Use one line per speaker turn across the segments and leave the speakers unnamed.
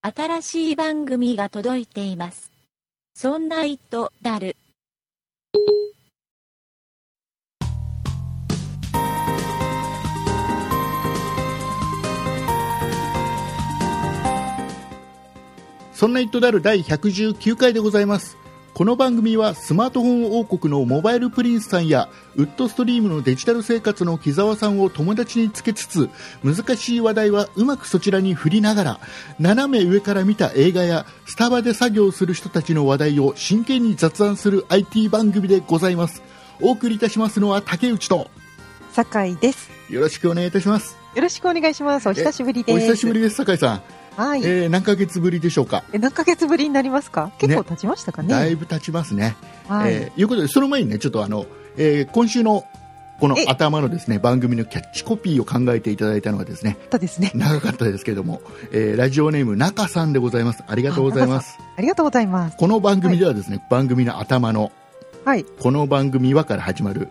新しい番組が届いています。そんな糸だる。
そんな「イットダル」第119回でございますこの番組はスマートフォン王国のモバイルプリンスさんやウッドストリームのデジタル生活の木澤さんを友達につけつつ難しい話題はうまくそちらに振りながら斜め上から見た映画やスタバで作業する人たちの話題を真剣に雑談する IT 番組でございますお送りいたしますのは竹内と
酒井です。
よろしくお願いいたします
よろしくお願いします。お久しぶりです。
お久しぶりです酒井さん、
はい。
えー何ヶ月ぶりでしょうか
え何ヶ月ぶりになりますか結構経ちましたかね。
だいぶ経ちますね
はい、
えーいうことで、その前にね、ちょっとあの、えー今週のこの
え
頭のですね、番組のキャッチコピーを考えていただいたのはですね、
あったですね。
長かったですけども、えーラジオネーム中さんでございます。ありがとうござい ます。
ありがとうございます。
この番組ではですね、番組の頭の、
はい。
この番組はから始まる、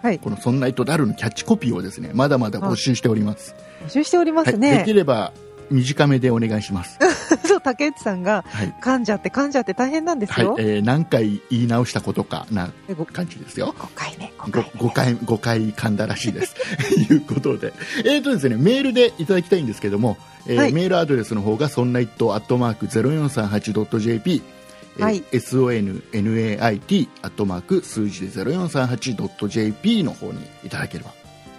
はい
このそんな人だるのキャッチコピーをですね、まだまだ募集しております。
募集しておりま
は
す
い、でき
ね。
れば短めでお願いします。
そう、竹内さんが
はい。
噛んじゃって噛んじゃって大変なんです
はい
よ。、
えー何回言い直したことかな
でご
感じですよ。
5回目、5回
5回
目。
五回噛んだらしいです。 いうことで、えーとですね、メールでいただきたいんですけども、えー
はい
メールアドレスの方が、そんな it アットマーク 0438.jp、えー
はい
sonnait アットマーク数字で 0438.jp の方にいただければ、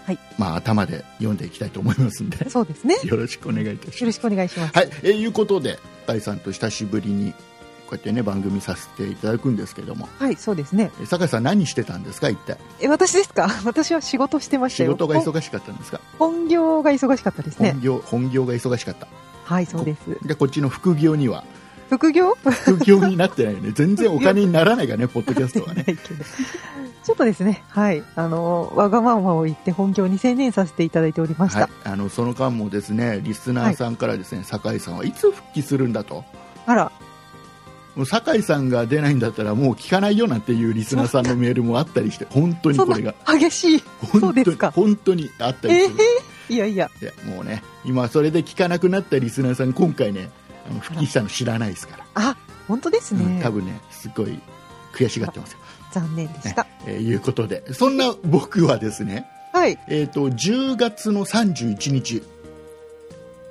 はい
まあ、頭で読んでいきたいと思いますんで、
そうですね。
よろしくお願いいたし
よ
ます。
ろしくお願いします。
はい、えーいうことで、大さんと久しぶりに、こうやってね、番組させていただくんですけども、
はい、そうですね。
えー酒井さん何してたんですか、一体。
え、私ですか私は仕事してました
仕
よ。
事が忙しかったんですか
本本業が忙しかったですね
本。業本業が忙しかった
はい、そうです。
でこっちの副業には
副業
副業になってないよね全然お金にならないからねポッドキャストはね
ないけど ちょっとですね、はい、あの、わがままを言って本業に専念させていただいておりまし
はい
た。、
あのその間もですねリスナーさんからですね、酒井さんはいつ復帰するんだと
あら、
もう酒井さんが出ないんだったらもう聞かないよなんていうリスナーさんのメールもあったりして本当に
そん
これが
な激しい。
本当
そう
に
ですか
本当にあったり
え
する、
ー、いやいや、
いやもうね今それで聞かなくなったリスナーさん今回ねあの復帰したの知らないですから、
あ、本当です
うん
ね
多。分ねすごい悔しがってますよ
残念でした。
えーいうことでそんな僕はですね、
はい。
えー、と10月の31日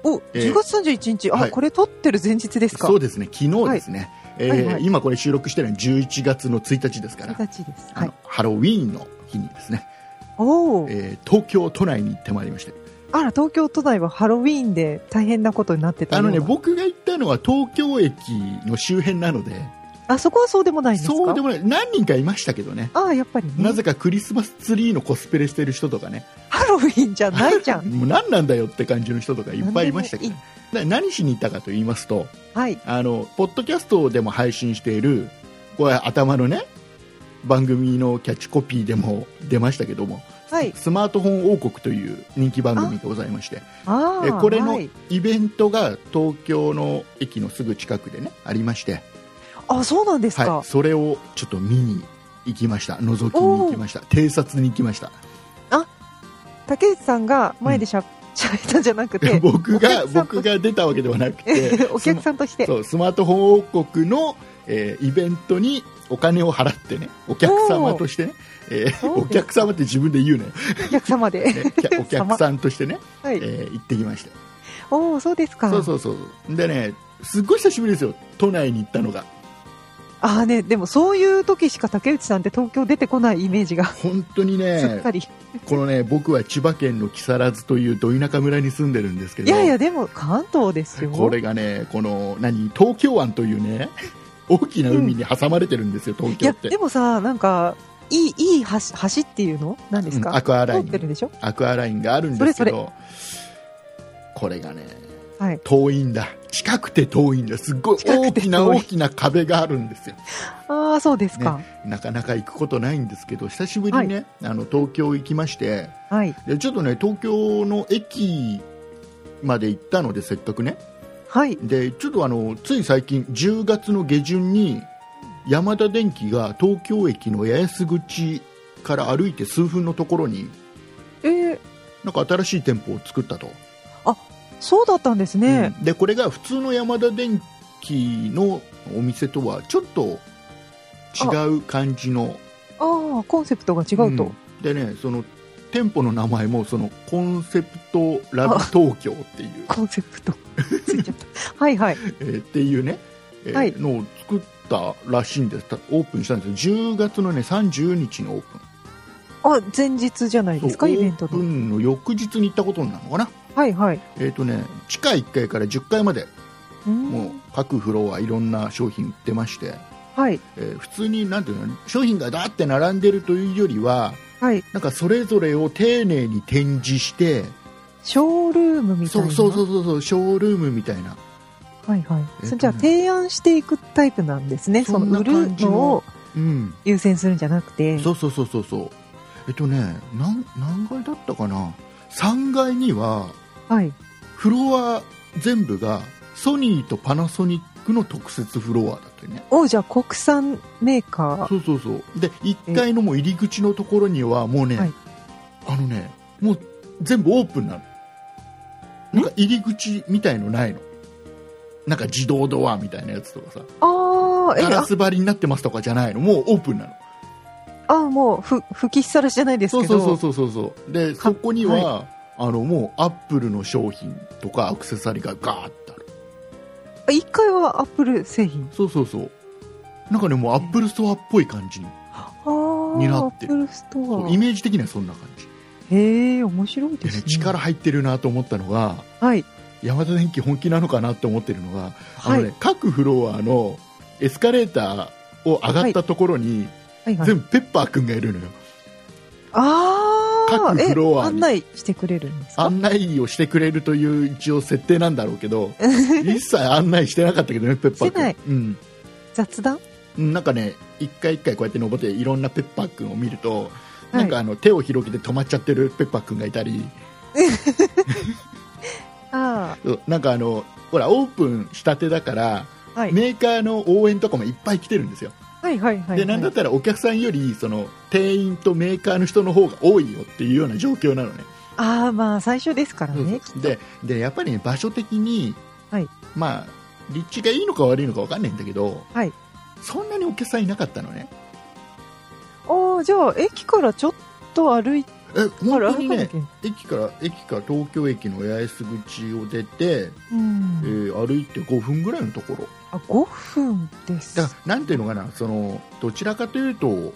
お、
えー
10月31日、
はい
あ、これ撮ってる前日ですか
そうですね昨日ですね、えー
はいはい
今これ収録してるのは11月の1日ですから、
1日です。
あ
はい
の。ハロウィーンの日にですね、
おお、
えー東京都内に行ってまいりまして
あら、東京都内はハロウィーンで大変なことになってた
あのね
ような
僕が行ったのは東京駅の周辺なので
あ、そこはそうでもないんですか
そうでもない何人かいましたけどね
あやっぱり、ね、
なぜかクリスマスツリーのコスプレしてる人とかね
ハロウィーンじゃないじゃん。
もう何なんだよって感じの人とかいっぱいいましたけど、
なん
な何しに行ったかと言いますと
はい。
あのポッドキャストでも配信しているこれ頭のね番組のキャッチコピーでも 出ましたけども、
はい。
スマートフォン王国という人気番組がございまして
あ
え
あ。
これの
はい
イベントが東京の駅のすぐ近くでねありまして、
あ、そうなんですか。
はい、それをちょっと見に行きました覗きに行きました偵察に行きました
竹内さんが前でしゃ,、しゃべったんじゃなく て
僕が
お客さんと
僕が出たわけではなくて
お客さんとして
そうスマートフォン王国の、えーイベントにお金を払ってねお客様としてね、えー
おー
お客様って自分で言うね
お客様で、
ねきゃお客さんとしてね、
は
え
い
ー行ってきました
おおそうですか
そうそうそうでねすっごい久しぶりですよ都内に行ったのが
ああねでもそういう時しか竹内さんって東京出てこないイメージが、
本当に
すっ
ね
かり
このね僕は千葉県の木更津というど田舎村に住んでるんですけど
いやいやでも関東ですよ
これがねこの何東京湾というね大きな海に挟まれてるんですよ、東
い
京
や
って
でもさなんかいいいい橋橋っていうの何です
うん
か、
アクアライ
通っ
ン
てるでしょ
アクアラインがあるんですけど
そ
これがね
はい
遠いんだ近くて遠いんだすっごい
近
大
くて遠い
きな大きな壁があるんですよ
ああそうですか、
なかなか行くことないんですけど久しぶりにね、あの東京行きまして
はい
でちょっとね東京の駅まで行ったのでせっかくね
はい
でちょっとあのつい最近10月の下旬に山田電機が東京駅の八重洲口から歩いて数分のところに
えー、
なんか新しい店舗を作ったと
あそうだったんですね。
うんでこれが普通のヤマダ電機のお店とはちょっと違う感じの
ああ、コンセプトが違うと。
うんでねその店舗の名前もそのコンセプトラブ東京っていう、
コンセプト。ついちゃった。 はいはい。
えーっていうね、えー
はい
のを作ったらしいんですたオープンしたんですよ10月のね30日にオープン
あ、前日じゃないですか、
そう
イベント
オープ
の。
ンの翌日に行ったことになるのかな
はいはい。
えっ、とね地下1階から10階まで
うん
もう各フロアいろんな商品売ってまして、
はい。
えー普通になんていうの商品がだーって並んでるというよりは
はい。
なんかそれぞれを丁寧に展示して
ショールームみたい
そ
な。
うそうそうそうそうショールームみたいな
はいは
え
い。
っとね
それじゃあ、提案していくタイプなんですね。
そ
そ
んな
の売る
感じの
のを
うん
優先するんじゃなくて。
そうそうそうそうそうえっとねなん何階だったかな3階には
はい。
フロア全部がソニーとパナソニックの特設フロアだったよね
おじゃあ、国産メーカー。
そうそうそうで1階のもう入り口のところにはもうね、
はい
あのねもう全部オープンなのなんか入り口みたいのないのなんか自動ドアみたいなやつとかさ
ああ、え
ガラ
あ
ス張りになってますとかじゃないのもうオープンなの
あ、もう、ふ、吹きさらしじゃないです
そう
け
そ
ど。
うそうそうそうそうで
か
そこには、あのもうアップルの商品とかアクセサリーがガーッとある
あ一回はアップル製品。
そうそうそうなんかねもうアップルストアっぽい感じに
ああ、
になってる
アップルス
そ
ト
う
ア
イ。メージ的にはそんな感じ
へえ、面白
で
いで
ね、
すね。
力入ってるなと思ったのが
はい。
ヤマダ電機本気なのかなって思ってるのが、あ
は
の
い。
ね、各フロアのエスカレーターを上がったところに、
はいはい、
全部ペッパーくんがいるのよ
ああ、
各フロア
え、
に
案内してくれるんですか
案内をしてくれるという一応設定なんだろうけ ど一切案内してなかったけどねペッパー
してない
くん、
雑談
うん、なんかね一回一回こうやって登っていろんなペッパーくんを見ると、
はい
なんかあの手を広げて止まっちゃってるペッパーくんがいたり
あ
うんなんかあのほらオープンしたてだから
あ、はい。
メーカーの応援とかもいっぱい来てるんですよ
はいはいはいはい。
でなんだったらお客さんよりその店員とメーカーの人の方が多いよっていうような状況なのね。
ああ、まあ、最初ですからね。きっと
ででやっぱり、ね、場所的に、
はい
まあ立地がいいのか悪いのか分かんないんだけど、
はい
そんなにお客さんいなかったのね。
ああ、じゃあ、駅からちょっと歩いて、
え
あ
本
ら
当
歩
に
かな
ね
きゃ
駅から駅から東京駅の八重洲口を出て、
うん
えー歩いて5分ぐらいのところ
あ、5分です。
だからなんていうのかなそのどちらかというと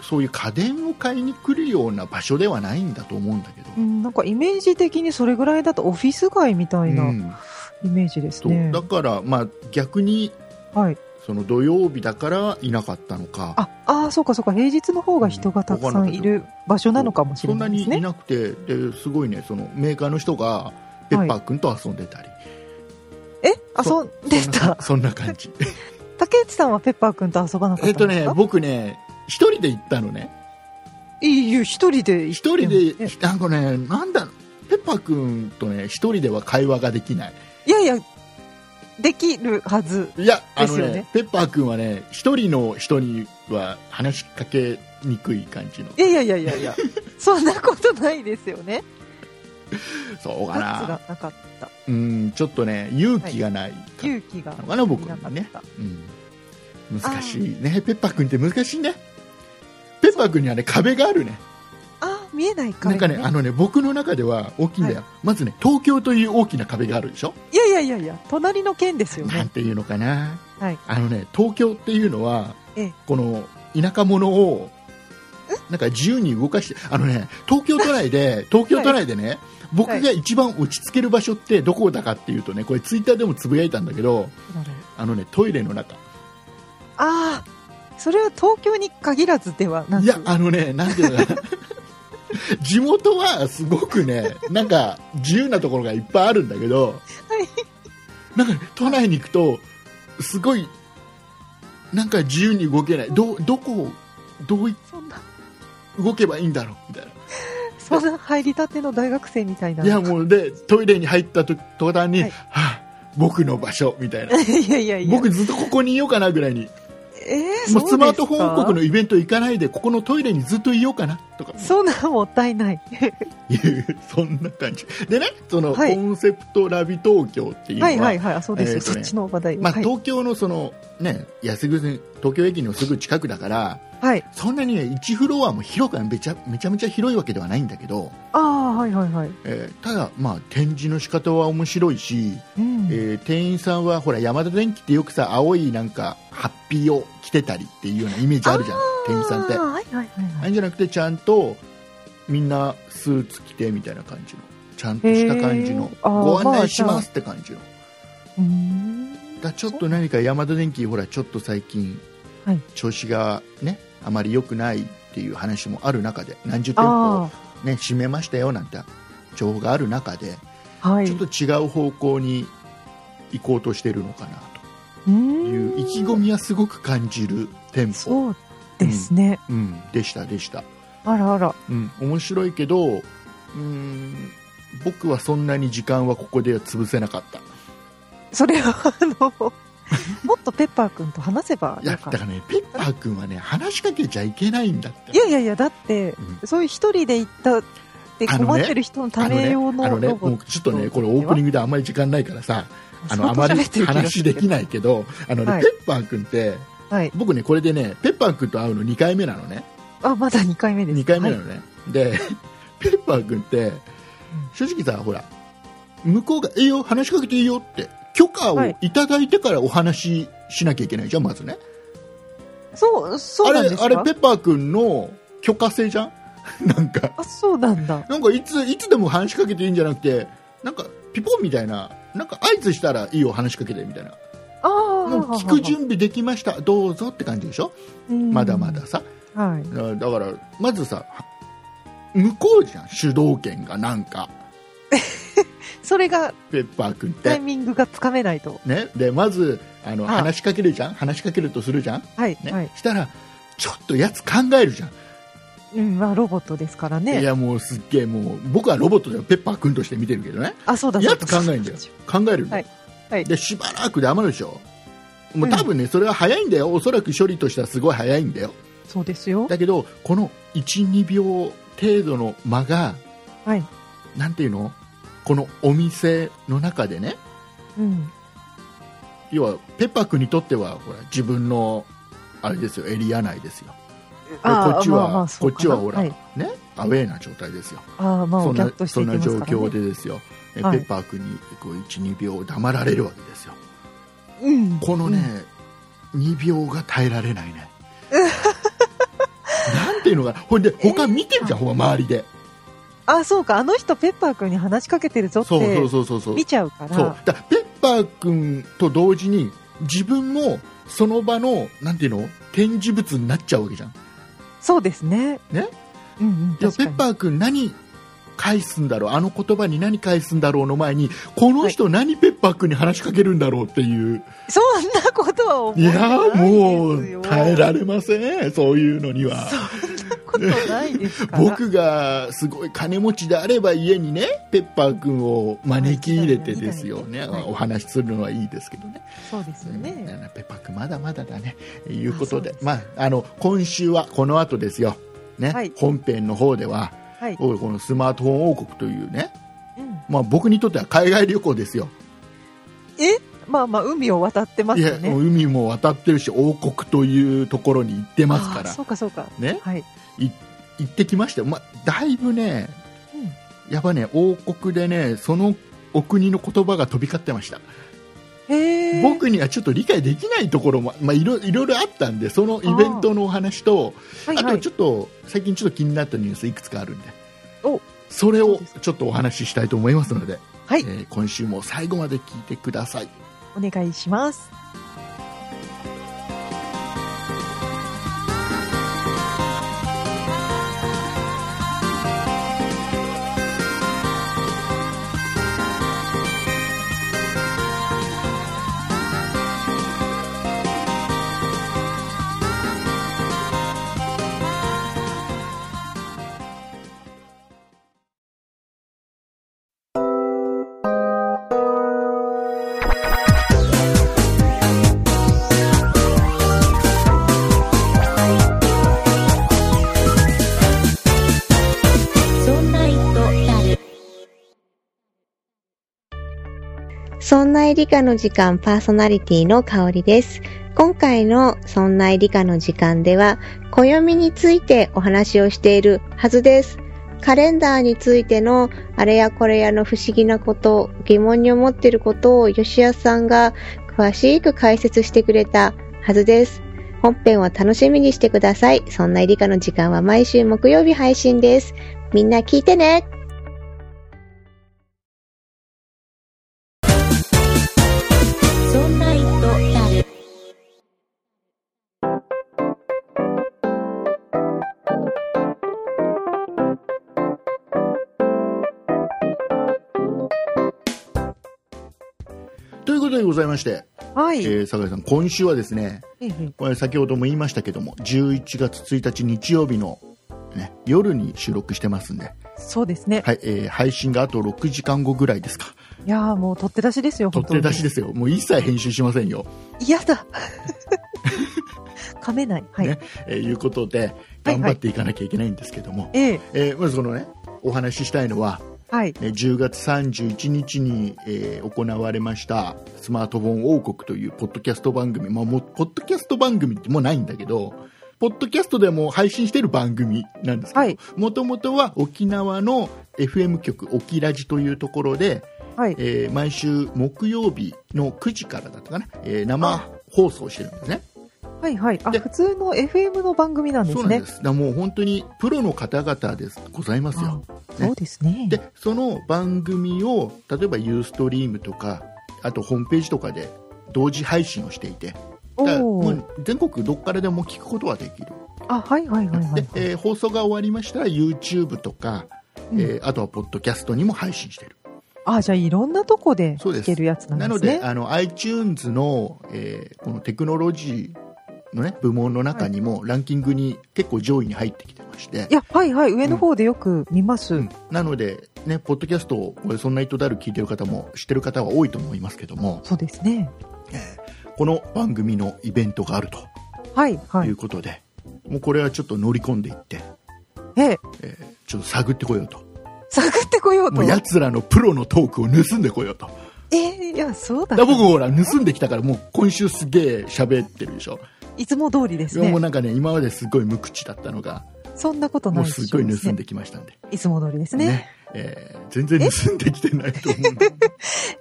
そういう家電を買いに来るような場所ではないんだと思うんだけど。
うん、なんかイメージ的にそれぐらいだとオフィス街みたいな
うん
イメージです
そう
ね。
だから、まあ、逆に
はい。
その土曜日だからいなかったのか
あ、ああ、そうかそうか。平日の方が人がたくさんいる場所なのかもしれないです
そんなにい
ね。
なくてですごいねそのメーカーの人がペッパー君と遊んでたり、
え、遊んでた。
そんな感 じ
竹内さんはペッパーくんと遊ばなか
えっ
った
と
んです
ね
か、
僕ね一人で行ったのね
いいいいよ一人で行
一
って
人
も
で
え
なんかねなんだペッパー君とね一人では会話ができない
いやいや、できるはず。
いやあの
です
ね
よね
ペッパー君はね一人の人には話しかけにくい感じの
いやいやいやいや いや、そんなことないですよね。
そうか
ガッツ
な
がなかった。
うんちょっとね勇気がないか
勇気が
なのかな僕
なか
に
っ
ね
た。
うん、難しいねペッパー君って難しいねペッパー君にはね壁があるね
あー、見えないか
なん
ら、
かねあのね僕の中では大きいんだよ、まずね東京という大きな壁があるでしょ、
いやいやいやいや、隣の県ですよ
なん
ね。
ていうのかな、
はい
あのね東京っていうのは、
ええ
この田舎者をなんか自由に動かしてあのね東京都内 で東京都内でね、僕が一番落ち着ける場所ってどこだかっていうとねこれツイッターでもつぶやいたんだけどあのねトイレの中
ああ、それは東京に限らずではなく。
いや、あのね、なんていうのか な。地元はすごくね、なんか自由なところがいっぱいあるんだけど、なんか都内に行くと、すごい、なんか自由に動けない。ど、どこを、どうい
そんな、
動けばいいんだろうみたい
そんな入りたての大学生みたいな。
な。いや、もうで、トイレに入ったと途端に、
はい
はあ僕の場所みたいな。
いやいやいや。
僕ずっとここにいようかなぐらいに、
えー、
も
そうう
スマートフォン王国
の。
のイベント行かないで、ここのトイレにずっといようかなとか
そんなもったいない。
いうそんな感じでねその、
はい
コンセプトラビ東京っていうの
は
は、
いはいはい、あそうですよ、
えーと
そ
ね
っちの話題、
まあ、
はい、
東京のその、ね、安ぐ東京駅のすぐ近くだから
はい、
そんなに、ね、1フロアも広くはめちゃめちゃめちゃ広いわけではないんだけど、
ああ、はいはいはい、
えーただ、まあ、展示の仕方は面白いし、
うん
えー店員さんはほら山田電機ってよくさ青いなんかハッピーを着てたりっていうようなイメージあるじゃん店員さんって
あー
あ
はいはいはいは
あ
い、
いうんじゃなくてちゃんとみんなスーツ着てみたいな感じのちゃんとした感じの
へーあー
ご案
まあ
内
じ
し
ゃあ
ますって感じの、
うーん
だからちょっと何か山田電機ほらちょっと最近、
はい
調子がねあまり良くないっていう話もある中で何十店舗、
あ
ね、閉めましたよなんて情報がある中で
あ、はい、
ちょっと違う方向に行こうとしてるのかなと
うー
い
ん
う意気込みはすごく感じる店舗、
そうですね、
うん、でしたでした、
あらあら、
うん、面白いけどうーん僕はそんなに時間はここでは潰せなかった
それはあの、もっとペッパー君と話せば
い
よ
やだ
か
か
った。
らねペッパー君はね話しかけちゃいけないんだって
いやいやいや、だって、
う
そういう一人で行ったって
あのね
困ってる人のため用の
あのね
ロ
も
ボッ
う
ト
ちょっとねこれオープニングであんまり時間ないからさあのあまり話でき
い。
ないけどあのね、
はい
ペッパー君って
はい。
僕ねこれでねペッパー君と会うの2回目なのね
あ、まだ2回目です。
2回目な
はい
のね、で ペッパー君って正直さほら向こうが「いいよ話しかけていいよ」って許可を
はい
いただいてからお話ししなきゃいけないじゃんまずね
そう、そ
あ
うなん
れ
ですか
あれペッパー君の許可制じゃん なんか
あ、そうなんだ。
なんかいついつでも話しかけていいんじゃなくてなんかピポンみたいななんか合図したらいいよ話しかけてみたいな
ああ。
もう聞く準備できましたどうぞって感じでしょ
うん
まだまだ。さ
はい。
だだからまずさ向こうじゃん主導権がなんか
それが、
ペッパー君っ
タイ
て、
ミングがつかめないと。
ね、でまずあの
はい
話しかけるじゃん話しかけるとするじゃん、
はい。
ね
はい。
したらちょっとやつ考えるじゃん、
うん、まあ、ロボットですから
い
ね。
やもうすっげえもう僕はロボットではペッパー君として見てるけどね
あ、そうだ、
や
そう
つ
だ。
考えるんだよ考えるんだよ、
はいはい
でしばらくで余るでしょもう
うん
多分ね、それは早いんだよおそらく処理としてはすごい早いんだよ
そうですよ。
だけどこの12秒程度の間が
はい。
なんていうのこのお店の中でね
うん。
要はペッパー君にとってはほら自分のあれですよエリア内ですよで
あー
こっち
ま
は、
あまあそ
こ
う
っ
かな
ちはほら、
はい
ねアウェーな状態ですよ、
ああ、まあ、
そん
ギャ
な
ッとし
そ
てい
んな
きます
状
から、ね。
況でですよ、え
はい
ペッパー君にこう12秒黙られるわけですよ
うん。
このね、2秒が耐えられないね なんていうのかなほんで他見てるじゃん、ほんま周りで
あ、そうか、あの人、ペッパー君に話しかけてるぞっ
そうそう
て
そうそうそう
見ちゃうから。
そうだからペッパー君と同時に自分もその場のなんていうの展示物になっちゃうわけじゃん
そうですね。
ね
うんうん、
いや
確
ペッ
かに。
パー君何返すんだろうあの言葉に何返すんだろうの前にこの人何ペッパー君に話しかけるんだろうっていう
そんなことは思
いやーもう耐えら
れ
れませんそういうのには
そんなことないですから。
僕がすごい金持ちであれば家にねペッパー君を招き入れてですよね
はい
お話しするのはいいですけどね
そうですよ
うん
ね。
あのペッパーくんまだまだだね。いうことで
あそうで、す
まあ、あの、今週はこの後ですよ。ね、
はい
本編の方では、
はい。
おこのスマートフォン王国というね、
うん
まあ、僕にとっては海外旅行ですよ。
えまあまあ、海を渡ってます
い
よ
や、も
ね。
う海も渡ってるし、王国というところに行ってますか
あー
ら
そ、うか、そうか。
ね、
はい。
行ってきましたよ。まあ、だいぶね、やっぱね、王国でね、その、お国の言葉が飛び交ってました、
うん、へえ。
僕にはちょっと理解できないところも、まあ、いろいろいろあったんでそのイベントのお話と
はいはい、
あとちょっと最近ちょっと気になったニュースいくつかあるんで
お
それ
そ
を
うです
ちょっとお話ししたいと思いますので、
は
え
い、
ー今週も最後まで聞いてください
お願いします。
そんない理科の時間パーソナリティの香りです。今回のそんない理科の時間では、暦についてお話をしているはずです。カレンダーについてのあれやこれやの不思議なこと、疑問に思っていることを吉安さんが詳しく解説してくれたはずです。本編を楽しみにしてください。そんない理科の時間は毎週木曜日配信です。みんな聞いてね
そんな糸だる、
ということでございまして、
はい。
えー酒井さん、今週はですね、
ええ
これ先ほども言いましたけども、11月1日日曜日の、ね、夜に収録してますんで、
そうですね。
はいえー配信があと6時間後ぐらいですか。
いやーもう取って出しですよ、。
取って出しですすよ。もう一切編集しませんよ。
嫌だ。噛めない。はい。
ねえーいうことで、
はい
頑張っていかなきゃいけないんですけども、
ええ
えーまずこのね、お話ししたいのは、
はい。
えー10月31日に、えー行われました「スマートフォン王国」というポッドキャスト番組、まあ、もうポッドキャスト番組ってもうないんだけどポッドキャストでも配信してる番組なんです
はい
けどもともとは沖縄の FM 局沖ラジというところで、
はい。
えー毎週木曜日の9時からだったかな、えー生放送してるんですね
はいはい。あ、
で
普通の FM の番組なんで
そう
す
なん
ね
で。すだからもう本当にプロの方々ですございますよ
あそうですね。
でその番組を例えばユーストリームとかあとホームページとかで同時配信をしていてだから
お
も
ー
う全国どこからでも聞くことはできる、
あ、はいはいはいはい。
でえー放送が終わりましたら YouTube とか、
うん
えーあとはポッドキャストにも配信してる
あ、じゃあいろんなとこで
そうです
聞けるやつな
なん
で
の
すね。
であの iTunes の,、えーこのテクノロジーの、ね、部門の中にもランキングに結構上位に入ってきてまして
いや、はいはい。上の方でよく見ます。
うんなので、ね、ポッドキャストをこれそんな人だる聞いてる方も知ってる方は多いと思いますけども、
そうですね。
この番組のイベントがあると
はいはいい。
うことで、もうこれはちょっと乗り込んでいって、
ええ、
えーちょっと探ってこようと
探ってこよう
も
と。
う奴らのプロのトークを盗んでこよう と
ええいや、そうだ
だから僕ほら盗んできたからもう今週すげえ喋ってるでしょ、
いつも通りです
いやもう
ね。
なんかね今まですごい無口だったのが
そんなこと
も
な
う
いです
す
しょ
ご
う
い
ね
盗んできましたんで
いつも通りですね。
えー全然盗んできてないと思うんで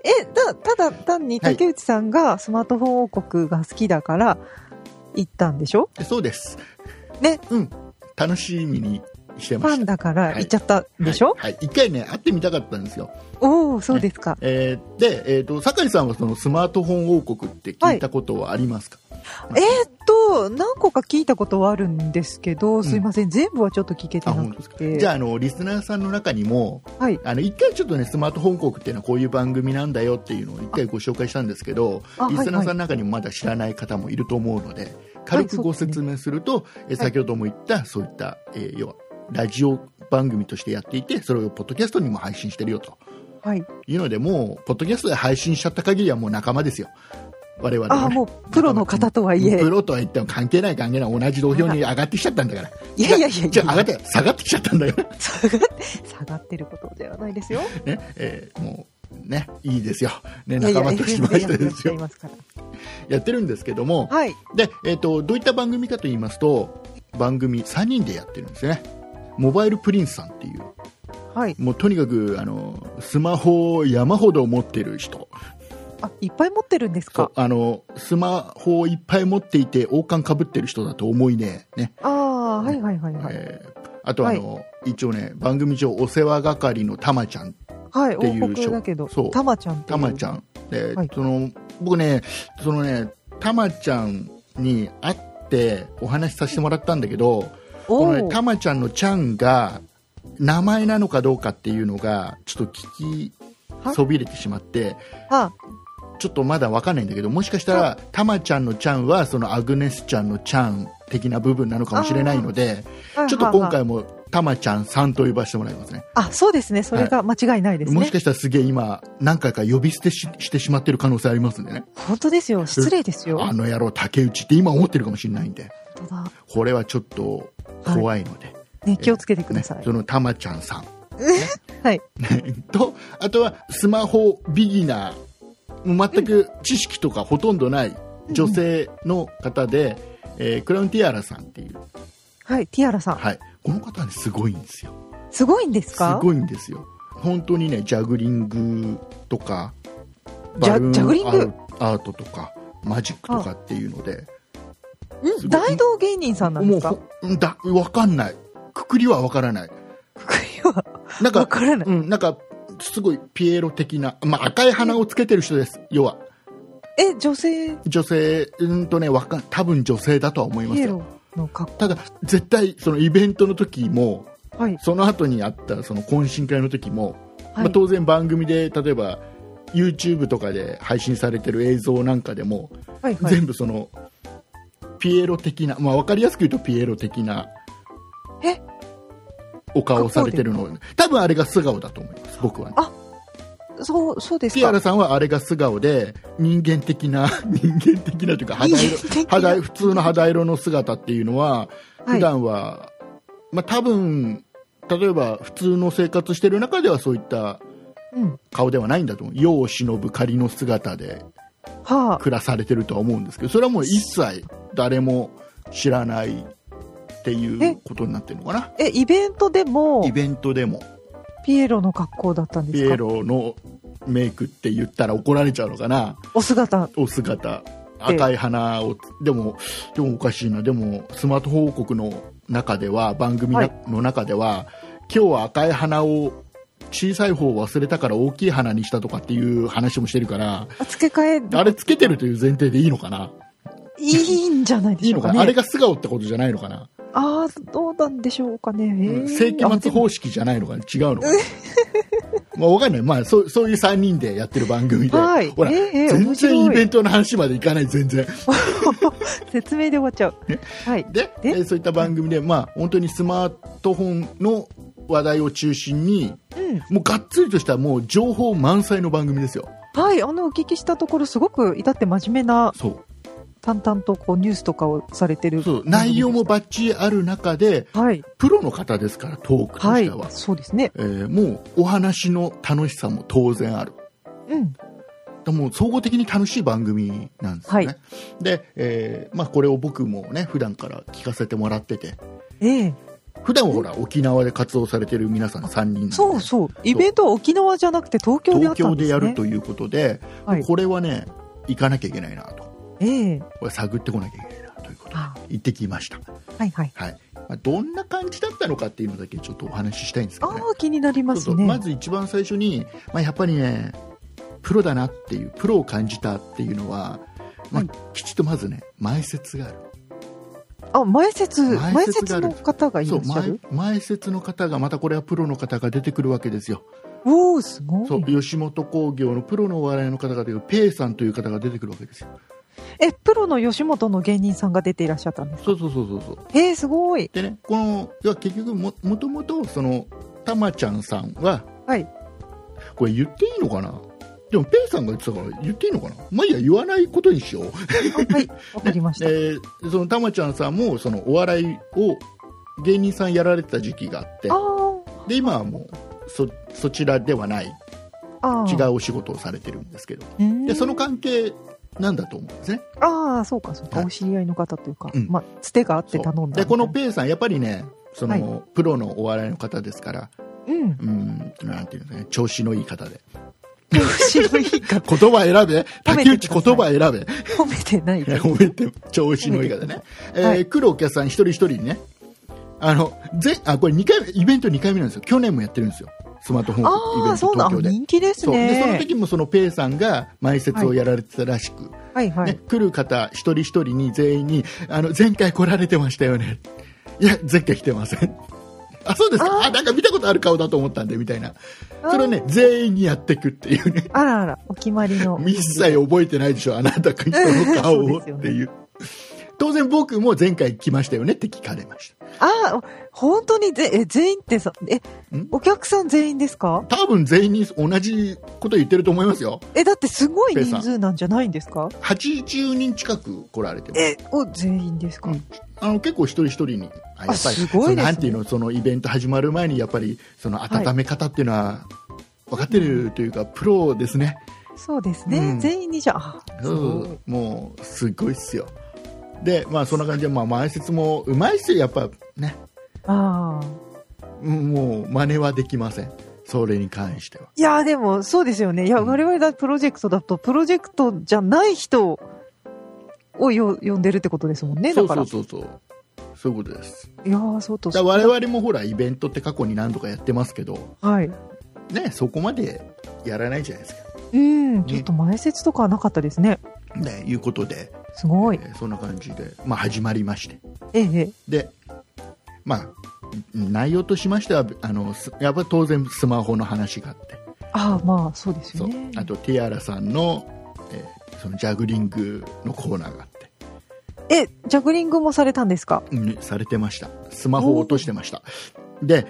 え、た、ただ単に竹内さんがスマートフォン王国が好きだから行ったんでしょ
そうです
ね
うん楽しみにして
フ
ま
ァ
し
ン
た
だから行っちゃったでしょ、
はい、はい一回ね会ってみたかったんですよ
おおそうですか。
えーで、えー、と酒井さんはそのスマートフォン王国って聞いたことはありますか、
えっと、何個か聞いたことはあるんですけど、すいません、全部はちょっと聞け
あ
てな
本当で
く
すか
て。
じゃああのリスナーさんの中にも
はい。
あの一回ちょっとねスマートフォン王国っていうのはこういう番組なんだよっていうのを一回ご紹介したんですけど
ああ
リスナーさ
は
んの中にもまだ知らない方もいると思うので軽くご説明すると、え先ほども言ったそういった、えー要はラジオ番組としてやっていてそれをポッドキャストにも配信してるよと
はい。
いうのでもうポッドキャストで配信しちゃった限りはもう仲間ですよ我々は、ね。
ああ、もうプロの方とはいえ
プ。ロとは言っても関係ない関係ない同じ土俵に上がってきちゃったんだから
いやいやいやい
じゃあ上がっ
や。
て下がってきちゃったんだよ、
下がって、 下がってることではないですよ。
ねえーもうねいいですよ、ね、
いやいや
仲間としましてですよ
いますから。
やってるんですけども
はい。
で、えー、とどういった番組かと言いますと番組3人でやってるんですねモバイルプリンスさんっていう
はい。
もうとにかくあのスマホを山ほど持ってる人
あ、いっぱい持ってるんです
そ
か
う。あのスマホをいっぱい持っていて王冠かぶってる人だと思いねね
ああ、はいはいはいはい。
えーあとはあの、一応ね番組上お世話係のたまちゃん
はい、
って
王
いう
国だけど
そう、
たまちゃんってい
た
う
まちゃんで、
はい
その僕ねそのねたまちゃんに会ってお話しさせてもらったんだけど
お
この、
お
ね、たまちゃんのちゃんが名前なのかどうかっていうのがちょっと聞き
は
そびれてしまって
あ、
ちょっとまだわかんないんだけどもしかしたらたまちゃんのちゃんはそのアグネスちゃんのちゃん的な部分なのかもしれないので
はい
ちょっと今
はいはい
回もたまちゃんさんと呼ばせてもらいますね
あ、そうですね。それが間違いないです
もし
ね。
かしたらすげえ今何回か呼び捨てししてしまってる可能性ありますんでね
本当ですよ。失礼ですよ。
あの野郎竹内って今思ってるかもしれないんで
本当だ。
これはちょっと怖いので、
ね、気をつけてくだ
ね
さい
そ。のたまちゃんさん
はい。
とあとはスマホビギナーもう全く知識とかほとんどない女性の方で、えークラウンティアラさんっていう、
はい、ティアラさん。
はい、この方ねすごいんですよ
すごいんです
す
か
ごいんですよ本当にねジャグリングとかバル
ジャ
ーン
ジャグリング
アートとかマジックとかっていうのです
ん
ごい
大道芸人さんなんで
もう
すか
ほんだわかんないくくりはわからない
くくりは
なん
わ
か
からない。
うん、なんかすごいピエロ的な、まあ、赤い鼻をつけてる人です要は
え、女性
女性うんとねわかん多分女性だとは思いま
ピ
す
エ
よ
ロの格
ただ絶対そのイベントの時も
好。はい。
その後にあったその懇親会の時も、
は
まあ、
い。
当然番組で例えば YouTube とかで配信されてる映像なんかでも、
はい。はい。
全部そのピエロ的な、まあ、分かりやすく言うとピエロ的な
え
お顔をされてるのを多分あれが素顔だと思います僕は、ね
あ、そう、そうです
ピア
か
ラ。さんはあれが素顔で人間的な 人間的なというか肌色
人間的な
肌普通の肌色の姿っていうのは
はい
普段は、まあ、多分例えば普通の生活してる中ではそういった
うん。
顔ではないんだと思う世を忍ぶ仮の姿で
は
暮らされてるとは思うんですけどそれはもう一切誰も知らないっていうことになってるのかな
あ。え、イベントでも
イ、ベントでも
ピエロの格好だったんで
ピ
す
エ
か
ロのメイクって言ったら怒られちゃうのかな
お姿。
お姿赤い花をでもでもおかしいなでもスマート報告の中では番組な
はい
の中では今日は赤い花を小さい方を忘れたから大きい花にしたとかっていう話もしてるから
あ付け替え、
あれつけてるという前提でいいのかない
いんじゃないで
いい
しょ
の
う
か
か
な、
ね。
あれが素顔ってことじゃないのかな、
あーどうなんでしょうかね。え
うん
ー
世紀末方式じゃないのかな違うのかな まあわかんない、まあ、そうそういう3人でやってる番組で、
はい
ほら、
ええええ
全
面白
然
い
イベントの話までいかない全然
説明で終わっちゃう。はい。
で
で
えーそういった番組で、まあ、本当にスマートフォンの話題を中心に
うん。
もうがっつりとしたもう情報満載の番組ですよ
はい。あの、お聞きしたところ、すごく、至って真面目な、
そ
淡々とこう、ニュースとかをされてる。
うそう内容も。バッチリある中で
はい。
プロの方ですからトークと
は
して
い
は、。
そうですね。
えーもうお話の楽しさも当然ある
うん。
でもう総合的に楽しい番組なんですよね、
はい
で、えーまあ、これを僕もね普段から聞かせてもらってて
ええ。
普段はほら沖縄で活動されてる皆さん3人なんで
そうそう。イベントは沖縄じゃなくて東京で
東
あった
京
ん
で
で、
す
ね、
やるということで、
はい
これはね行かなきゃいけないなと
ええ
これ探ってこなきゃいけないなということで
あ
行ってきました、
はいはい。
はいまあ、どんな感じだったのかっていうのだけちょっとお話ししたいんですけ
あ
どね
あ、気になりま
そう
す
そう
ね。
まず一番最初に、まあ、やっぱりねプロだなっていうプロを感じたっていうのは、まあ
はい
きちっとまずね前説がある
あ、前説、
前説
前説の方がいら
そう
っしゃ
前
る
前説の方がまたこれはプロの方が出てくるわけですよ
おおすご
そう
い。
吉本興業のプロのお笑いの方が出てくるペイさんという方が出てくるわけですよ
え、プロの吉本の芸人さんが出ていらっしゃったんです。
そうそうそうそうそう
ええすごい。
でねこの要は結局ももともとそのたまちゃんさんは
はい。
これ言っていいのかなでもペイさんが言ってたから言っていいのかなまあいいや言わないことにし よう、
あはい。わかりました。
えーそのたまちゃんさんもそのお笑いを芸人さんやられてた時期があって
あー
で今はもうそそちらではない
あ
違
ー。
うお仕事をされてるんですけど
うん
でその関係なんだと思うんですね
ああ、そうか、そうか、
はい
お知り合いの方というか、
うん
まあ、つてがあって
そう
頼んだみた
で
いな。
このペイさんやっぱりねその、
は
プロのお笑いの方ですから
うん。
うーんなんていうんですかね調子のいい方 で
白いか、
言葉選べ
褒め
竹
て
内
ください
言葉選べ
褒めてな いけど。
褒めて調子のいい方ね、えー
はい
来るお客さん一人一人にねあのぜあこれ二回目イベント2回目なんですよ去年もやってるんですよスマートフォンイ
あ
ベ
あ、
ント
そうな
東京
の。
で
人気です
そうでその
ね。
時もそのペイさんが前説をやられてたらしく、
はいは
ね
い。、
来る方一人一人に全員にあの前回来られてましたよねいや前回来てませんあそうですかあなんか見たことある顔だと思ったんでみたいなそれをね全員にやっていくっていうね
あらあら、お決まりの。
一切覚えてないでしょあなたが人の顔を
そ
っ
う
て
です
いう当然僕も前回来ましたよねって聞かれました
ああ、本当にぜ、え、全員ってさ、え
ん、
お客さん全員ですか
多分全員に同じこと言ってると思いますよ
え、だってすごい
ペイさん
人数なんじゃないんですか
80人近く来られてます
え、お、全員ですか、
うんあの結構一人一人にあやっぱり
すご
その
いですね
なんていうのそのイベント始まる前にやっぱりその温め方っていうのは分かってるというか、プロですね
そうですね、
うん
全員にじゃあ
そうもうすごいっすよでまあそんな感じで、まあ、前説もうまいっすよやっぱね
ああ
うんもう真似はできませんそれに関してはい
やーでもそうですよねいや
うん
我々だプロジェクトだとプロジェクトじゃない人をよ呼んでるってことですもんね
そ
だ
う
か
そ
ら
うそうそうそういうことです
いやーそうと
だから我々もほらイベントって過去に何度かやってますけど
はい
ねそこまでやらないじゃないですか
うんちょっと前説とかはなかったですね
ねいうことです
ごい
えーそんな感じで、まあ、始まりまして
ええ
でまあ内容としましてはあのすやっぱり当然スマホの話があって
ああまあそうです
そ
よ
う
ね
あとティアラさんの,、えーそのジャグリングのコーナーがあって、
えジャグリングもされたんで すか
うんされてましたスマホを落としてましたで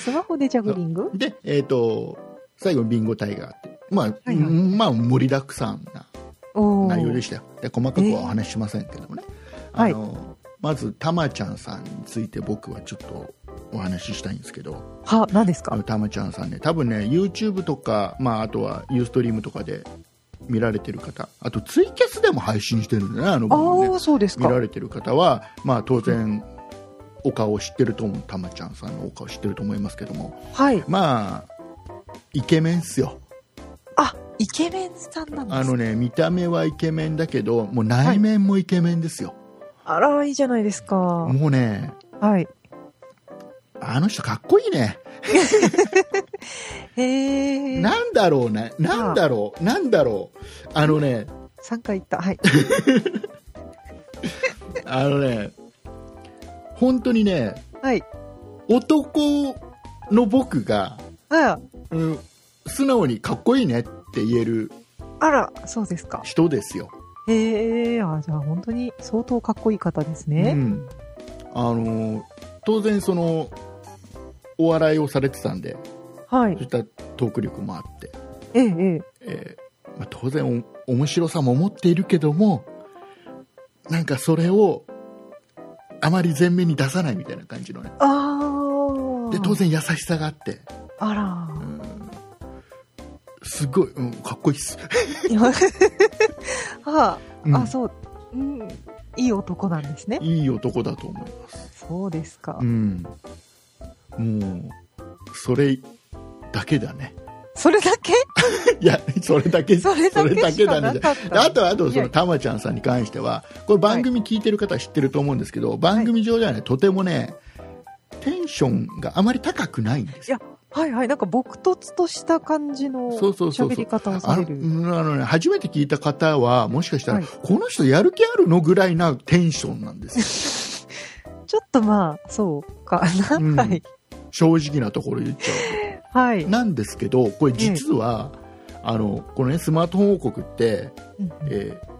スマホでジャグリング
で、えー、と最後にビンゴタイがあってまあ、
はい
まあ盛りだくさんな
おお
内容でしたよで細かくはお話ししませんけどもね、
えー
あのまずたまちゃんさんについて僕はちょっとお話ししたいんですけど
は何です
あ
か
のたまちゃんさんね多分ね YouTube とか、まあ、あとは Ustream とかで見られてる方あとツイキャスでも配信してるんだねあの
ああ
番組ね
ーそうです
見
から
れてる方は、まあ、当然お顔を知ってると思うたまちゃんさんのお顔知ってると思いますけども
はい
まあイケメンっすよ
あイケメンさんなんです
あ
あ
のね見た目はイケメンだけどもう内面もイケメンですよ、
あらいいじゃないですか
もうね
はい
あの人かっこいいね、
へえ
なんだろうねなんだろう、なんだろうあのね
3回行ったはい
あのね本当にね
はい
男の僕が、
あ
うん、素直にかっこいいねって言える
あら、そうですか。
人ですよ
へえ、あ、じゃあ本当に相当かっこいい方です
う
ね。
ん、あの当然そのお笑いをされてたんで
はい
そうい。ったトーク力もあって、
ええ、ええ。
えーまあ、当然お面白さも持っているけどもなんかそれをあまり前面に出さないみたいな感じのね
ああ。
で当。然優しさがあって、
あ
う
ら。
ん、すごい、うん、かっこいいっす、
いや あ、
うん
あ、そう。うん。いい男なんですね。
いい男だと思います、
そうですか
う。ん、もうそれだけだね
それだけ
いやそれだけ
それだけしか
じ
な
ゃ
かっ
で
た。
あとはあと
い
そ
や
のたまちゃんさんに関してはこれ番組聞いてる方は知ってると思うんですけど、番組上ではねとてもねテンションがあまり高くないんですよ。
はいはい。なんか、朴突とした感じの
そうそうそうそう
喋り方をさ
あ
れ
の
る。
うんあのね、初めて聞いた方はもしかしたら、
はい
この人やる気あるのぐらいなテンションなんです よ
ちょっとまあ、そうかな。
うん
はい。
正直なところ言っちゃ
はいう
と。なんですけどこれ実は、あのこのねスマートフォン王国って、
うん
えー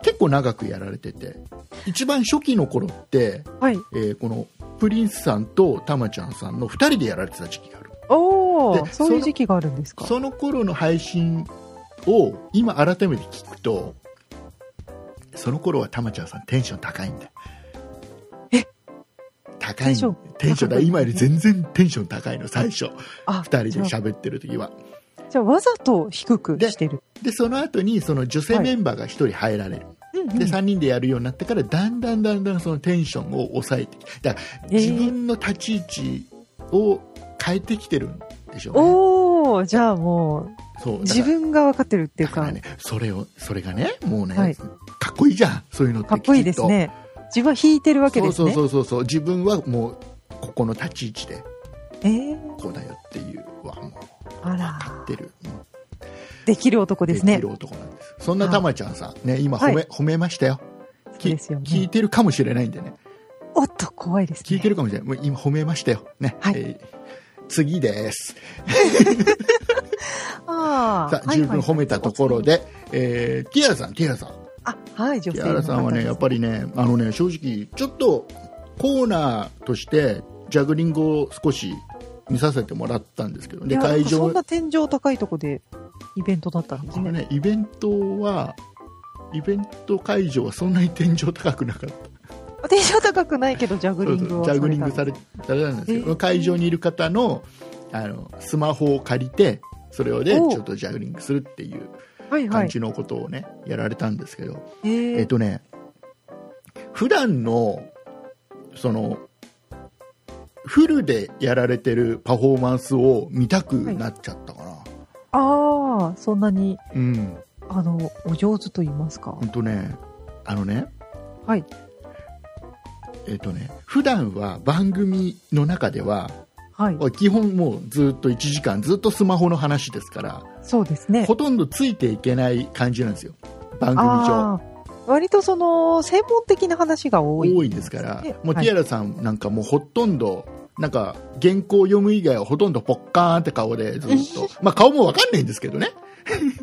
結構長くやられてて一番初期の頃って
はい。
えーこのプリンスさんとたまちゃんさんの2人でやられてた時期がある
おお、
で
そういう時期があるんですか。
その頃の配信を今改めて聞くとその頃はたまちゃんさんテンション高いんだ
え
高いん
テンション
テンションだ今より全然テンション高いの最初
あ
2人で喋ってる時は
じゃあわざと低くしてる。
でその後にその女性メンバーが1人入られる、
うんうん
で3人でやるようになってからだんだんだんだんそのテンションを抑えてきてだから
えー
自分の立ち位置を変えてきてるんでしょうね、
おお、じゃあも
そう
う、
だから
自分が分かってるっていう
だか
か、
らねそれをそれがねもうね、
はい
かっこいいじゃんそういうのって
かっこいいですね。自分は弾いてるわ
き
け
っと
です
そう
ね。
そうそうそうそう自分はもうここの立ち位置で
えー、
こうだよっていうはもう
あ
分か
ら
っ、てるもう
できる男です
で
ね
き。る男なんですそんなたまちゃんさん、ね、今褒め,、
はい
褒めましたよ
そう
き
ですよ
聞い
ね。
てるかもしれないんでね
おっと、怖いですね。
聞いてるかもしれない。もう今褒めましたよ。ね。
はい
ー次です。
あ
さ
あ、
あ、十分褒めたところ
はい
で、えー、ティアラさん、ティアラさん。
はい。あ、はい、女
テ
性
ィアラさんはね、やっぱ
り。
りね、あのね、正直、ちょっとコーナーとして、ジャグリングを少し見させてもらったんですけど、
い
で、
やなん
会
かそ
場
ん、な天井高いとこでイベントだったんです
この
ね。
ね、イベントは、イベント会場はそんなに天井高くなかった。
天井高くないけど、ジャグ
そう
リ
そ
ン
う
グは
ジャグリング
された
されされたんですけど、
えー
会場にいる方のあのスマホを借りてそれをね
おう
ちょっとジャグリングするっていう
はいは
感
い。
じのことをね、やられたんですけど
えー
えっとね普段のそのフルでやられてるパフォーマンスを見たくなっちゃったかな、
ああ、そんなに、
うん
あの、お上手と言いますか
ほ。んとねあのね
はい
えっとね普段は番組の中では
はい。
基本もうずっと1時間ずっとスマホの話ですから
そうですね。
ほとんどついていけない感じなんですよ番組上
ああ、割とその、専門的な話が多い、
多いですから
ね
もう
は
テ
い
ィアラさんなんかもうほとんどなんか原稿を読む以外はほとんどポッカーンって顔でずっ とまあ顔もわかんないんですけどね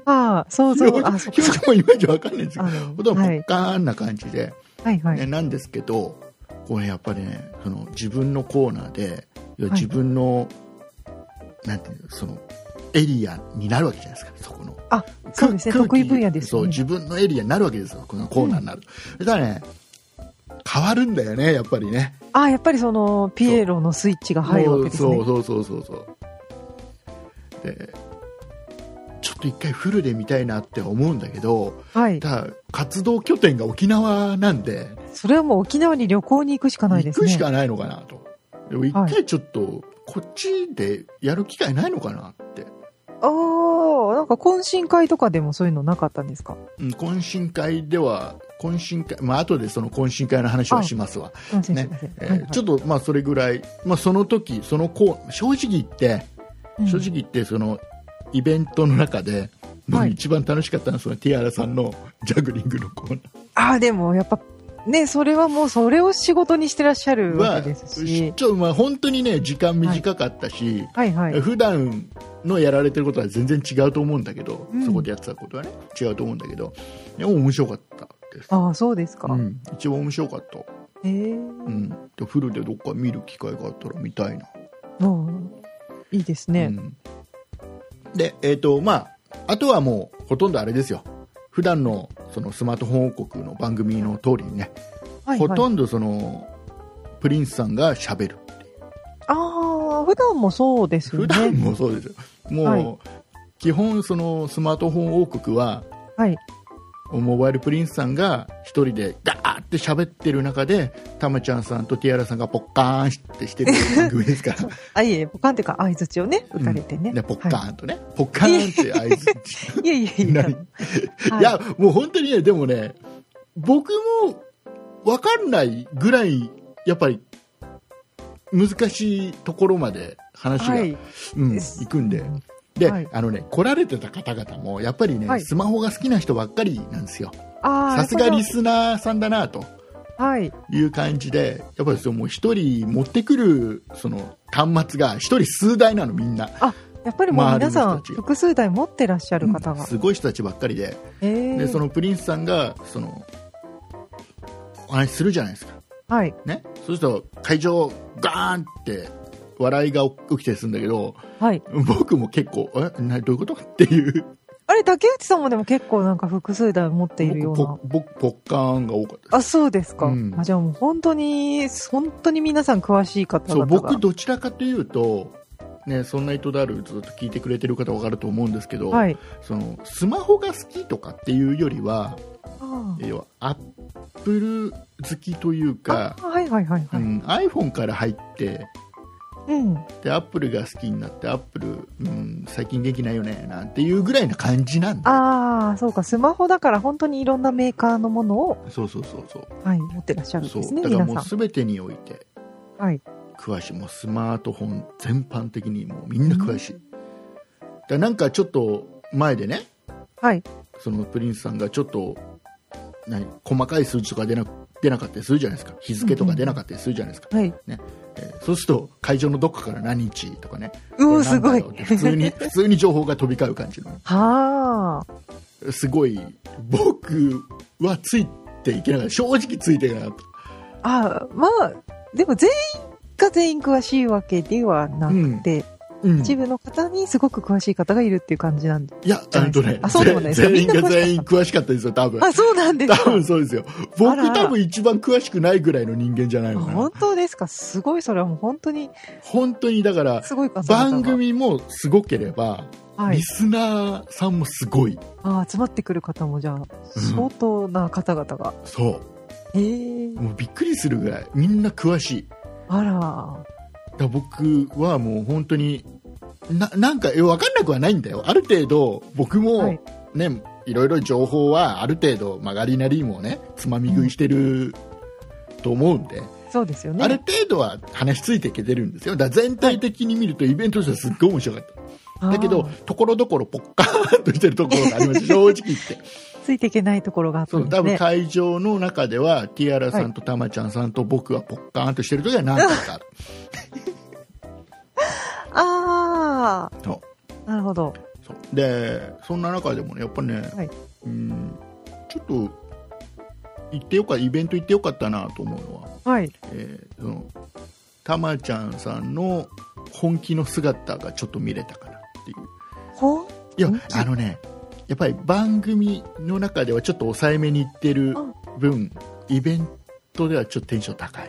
ああ、想
表
像、
情
あ、そ
表
うか。
情もいまいちわかんないんですけ
あ
ど
の
ほ とんどポ
は
ッ
い、
カーンな感じで、
はい、は
ね、
い。
なんですけどこれやっぱりねその自分のコーナーでいや
はい
自分の、なんていうのそのエリアになるわけじゃないですかそこの
あ、そうですね。
空
得
空
意
気
分野です
そう
ね。
自分のエリアになるわけですよこのコーナーになる、だからね変わるんだよねやっぱりね
ああ、やっぱりその、ピエロのスイッチが入るわけです
もう
ね。
そうそうそうそうそうでちょっと一回フルで見たいなって思うんだけど
はい。
ただ活動拠点が沖縄なんで
それはもう沖縄に旅行に行くしかないで
行
すね。
くしかないのかなとでも一回ちょっとこっちでやる機会ないのかなって、
ああ、なんか懇親会とかでもそういうのなかったんですか
うん、懇親会では懇親会まあ後でその懇親会の話はしますわ
うん先生
ね
先生
え
はい
ーちょっとまあそれぐらい、まあ、その時そのこう正直言って、
はい
正直言ってそのイベントの中で、もう
はい
一番楽しかったのはそのティアラさんの ジャグリングのコー
ああ、でもやっぱ、ね、それはもうそれを仕事にしてらっしゃ
ナー
るわ
は
けです
し
し。
ちょまあ本当にね時間短かったし、
はいはい。
普段のやられてることは全然違うと思うんだけど、
うん
そこでやってたことはね違うと思うんだけどでも面白かったです、
ああ、そうですか。
うん、一番面白かった、
ええ
うん、でフルでどっか見る機会があったら見たいな
うんいいですね。
うんで、えっ、と、まあ、あとはもう、ほとんどあれですよ。普段の、そのスマートフォン王国の番組の通りにね、
はい
ほ
はい。
とんどその、プリンスさんが喋る。
ああ、普段もそうですよ
普
ね。
段もそうですよ。もう、
はい
基本そのスマートフォン王国は、
はい。
モバイルプリンスさんが一人でガーって喋ってる中で、たまちゃんさんとティアラさんがポッカーンってしてる番組です から、
あ、いえいえ、ポカンっていうか、相槌をね、打たれてね。
ね、ポッカ
は
ーンとね、ポッカーンって合図。
い。いえいえいえ。
ない
はい
や、もう本当にね、でもね、僕も分かんないぐらい、やっぱり難しいところまで話が、
はい。
うん、
です
行くんで。で、
はい
あのね、来られてた方々も、やっぱりね、
はい
スマホが好きな人ばっかりなんですよ。
ああ、
さすがリ
ス。
スナーさんだな、と
はい。
いう感じで、やっぱりそのもう一人持ってくる、その端末が一人数台なの、みんな。
やっぱりもう皆さ
周りの
ん、
人たち
複数台持ってらっしゃる方
うん
が。
すごい人たちばっかりで。
ええ
で、そのプリンスさんが、その、お話しするじゃないですか。
はい。
ね、そうすると会場ガーンって笑いが起きてするんだけど
はい。
僕も結構えなどういうことっていう
あれ、竹内さんもでも結構なんか複数台持っているような
僕。ポ僕ポッカーンが多かったで
あ、そうですか。
うん
あじゃあもう本当に、本当に皆さん詳しい
す
方
そう
々が。
僕どちらかというと、ね、そんな人であるずっと聞いてくれてる方わかると思うんですけど、
はい。
そのスマホが好きとかっていうよりは
あ
要はアップル好きというか、
ああはいはいはいは
う
い。
ん、iPhone から入って
うん。
でアップルが好きになってアップル、うん、最近元気ないよねなんていうぐらいな感じなんで
ああ、そうか。スマホだから本当にいろんなメーカーのものを、
そうそうそうそう
はい、持ってらっしゃるん
そ
です
う
ね、
だから
皆
も
さ。
うん全てにおいて
はい。
詳しいもうスマートフォン全般的にもうみんな詳しい、だからなんかちょっと前でね
はい。
そのプリンスさんがちょっと何細かい数字とか出な出なかったりするじゃないですか日付とか出なかったりするじゃないですか、
はい。
えーそうすると会場のどっかから何日とかね
うお、
これ
す
なん
ご
だ
い
ろう。って普通に普通に情報が飛び交う感じの
はあ。
すごい僕はついていけなかった正直ついていけなかった
あまあ、でも全員が全員詳しいわけではなく
う
て、
ん
一部の方にすごく詳しい方がいるっていう感じなんで。
いや、
じ
あ
ゃない
の
ですか
ね
あ、そうでもないですか
全員
み
が
んな詳しかった
全員詳しかったですよ、多分。
あ、そうなんです
多
か
分。そうですよ。僕
あら
多分一番詳しくないぐらいの人間じゃない
あ
のか
本
な。
当ですかすごい、それはもう本当に
本当にだから、
すごい方々が
番組もすごければ、
はい
リ。スナーさんもすごい。
ああ、集まってくる方もじゃあ、相当な方々が。
そ
ええ
う。もうびっくりするぐらい。みんな詳しい。
あら。
だから僕はもう本当に、な、なんか、え、わかんなくはないんだよ。ある程度、僕も、
はい。
ね、いろいろ情報はある程度曲がりなりにもねつまみ食いしてると思うんで、
そうですよね。
ある程度は話ついていけてるんですよだから全体的に見るとイベントとしてはすっごい面白かった、
あー
だけどところどころポッカーンとしてるところがあります 正直言って
ついていけないところがあった
そ
ん
う
です
多分
ね。
会場の中ではティアラさんとたまちゃんさんと僕はポッカーンとしてる時は何回かある、
あ
そう
あ、なるほど。
そうでそんな中でもねやっぱね、
はい
うんちょっと行ってよかイベント行ってよかったなと思うのは
はい。
えーそのたまちゃんさんの本気の姿がちょっと見れたかなっていう
ほ
いや
本気
あのねやっぱり番組の中ではちょっと抑えめにいってる分イベントではちょっとテンション高い、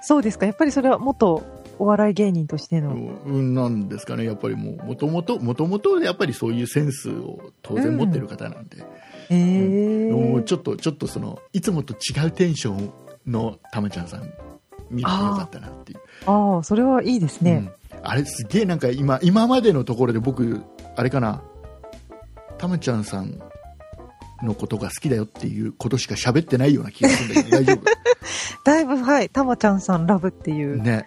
そうですか。やっぱりそれは元お笑い芸人としての。
うん、なんですかねやっぱりもうもともともともとやっぱりそういうセンスを当然持ってる方なんで、
ええ
もうちょっとちょっとそのいつもと違うテンションのたまちゃんさん見れてよかったなっていう
ああ、それはいいですね。
うん、あれすげえなんか今今までのところで僕あれかなたまちゃんさんのことが好きだよっていうことしか喋ってないような気がするんだ けど大丈
だいぶ、はい、たまちゃんさんラブってい
夫
う
ね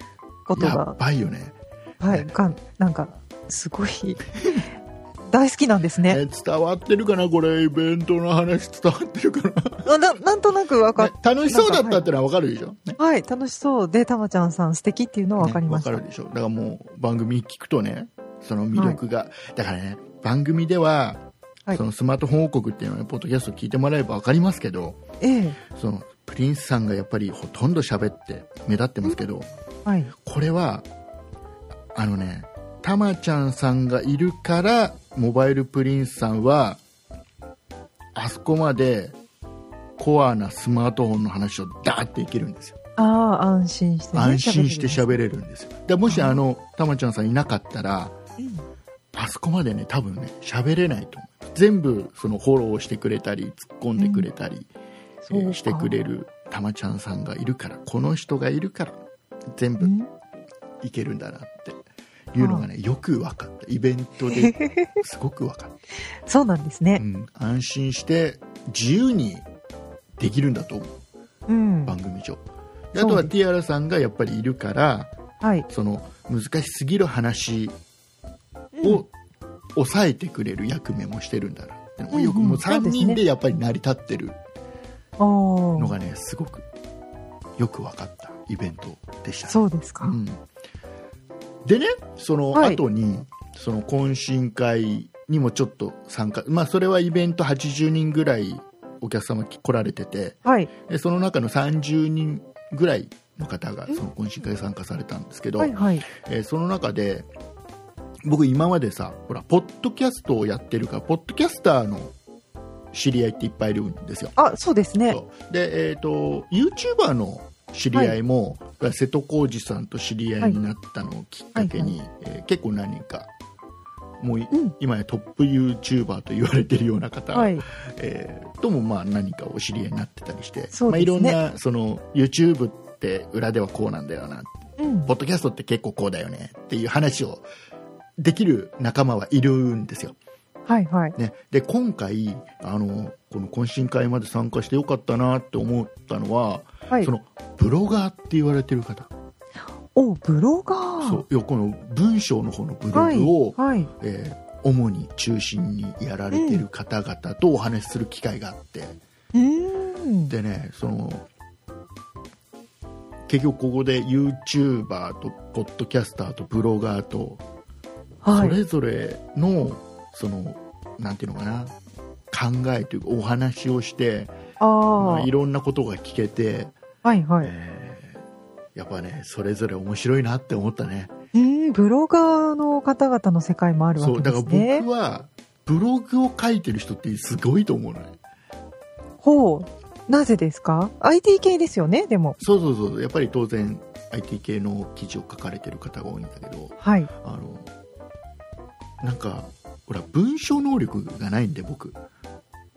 こと
や
が、
ばいよね
はい、がん、なんか、すごい、大好きなんですね。
え伝わってるかなこれイベントの話伝わってるか
あななんとなくわか
な、
っ
ね楽しそうだったってのは分かるでしょ、ね
はい、楽しそうで、たまちゃんさん素敵っていうのはわかりました。
ねわかるでしょだからもう番組聞くとねその魅力が、だからね番組では、
はい
そのスマートフォン王国っていうのはねポッドキャスト聞いてもらえば分かりますけど、
ええ
そのプリンスさんがやっぱりほとんど喋って目立ってますけど、
はい。
これはあのねたまちゃんさんがいるからモバイルプリンスさんはあそこまでコアなスマートフォンの話をダーっていけるんですよ
ああ、安心して、ね。
安心して
喋
喋れ
れる
るんですよでもしあのたまちゃんさんいなかったら
うん
あそこまでね多分ね喋れないと思う全部そのフォローしてくれたり突っ込んでくれたり、え
そう
ー
か
してくれるたまちゃんさんがいるからこの人がいるから全
う
部
ん
いけるんだなっていうのがねよく分かったイベント ですごく分かっ
そうなんです
た、う
ね。
ん、安心して自由にできるんだと思う
うん。
番組上であ
そう
とは
です
ティアラさんがやっぱりいるから
はい。
その難しすぎる話
うん
を抑えてくれる役目もしてるんだなっての
う
も
ん
よくもう
そうで
3
すね
人でやっぱり成り立ってる
お
の
ー
がねすごくよく分かったイベントでしたね
そうですか。
うん、でねその
はい
後に、その懇親会にもちょっと参加、まあ、それはイベント80人ぐらいお客様来られてて
はい。
でその中の30人ぐらいの方がその懇親会参加されたんですけど、
はいはい。
えーその中で僕今までさほらポッドキャストをやってるからポッドキャスターの知り合いっていっぱいいるんですよ。
あ、そうですね。
そうで、えー、と YouTuber の知り合いも、瀬戸康史さんと知り合いになったのをきっかけに、えー結構何人かもうい、
うん
今やトップ YouTuber と言われてるような方、
はい。
えーともまあ何かお知り合いになってたりして、
そう
まあ、
で
い
す
ろ
ね
んなその YouTube って裏ではこうなんだよな
うん。
ポッドキャストって結構こうだよねっていう話をできる仲間はいるんですよ。
はいはい。
ね、で今回あのこの懇親会まで参加してよかったなって思ったのは、
はい
そ。のブロガーって言われてる方
お、ブロガー。
そうよこの文章の方のブロ
はい。
グを、
はい。
えー主に中心にやられてる方々とお話しする機会があって、
うーん。
でねその結局ここで YouTuber とポッドキャスターとブロガーと
は
そ
い。
れぞれのそのなんていうのかな考えというかお話をして、
あ
ま
あ
あ、い。ろんなことが聞けて、
はいはい。
えーやっぱねそれぞれ面白いなって思ったね
うーん、ブロガーの方々の世界もあるわ
そう
け
だ
で
から
すね
僕。はブログを書いてる人ってすごいと思うのね
ほう。なぜですか ?IT 系ですよね、でも。
そうそうそうやっぱり当然 IT 系の記事を書かれてる方が多いんだけど
はい。
あのなんかほら文章能力がないんで僕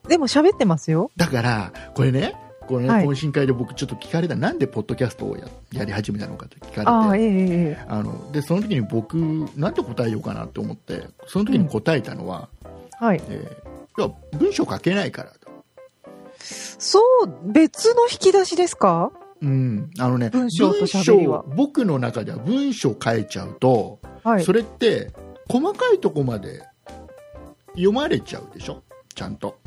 でも喋ってますよ。
だからこれねこれね
はい
懇親会で僕ちょっと聞かれたなんでポッドキャストをややり始めたのかと聞
あ
か
あ、
れて
ええええ。
あのでその時に僕なんて答えようかなと思ってその時に答えたのは、
はい。
えーいや文章書けないからと、
そう、別の引き出しですか
うん、あのね
文章と喋りは
文章僕の中では文章書いちゃうと、
はい
そ。れって細かいとこまで読まれちゃうでしょちゃんと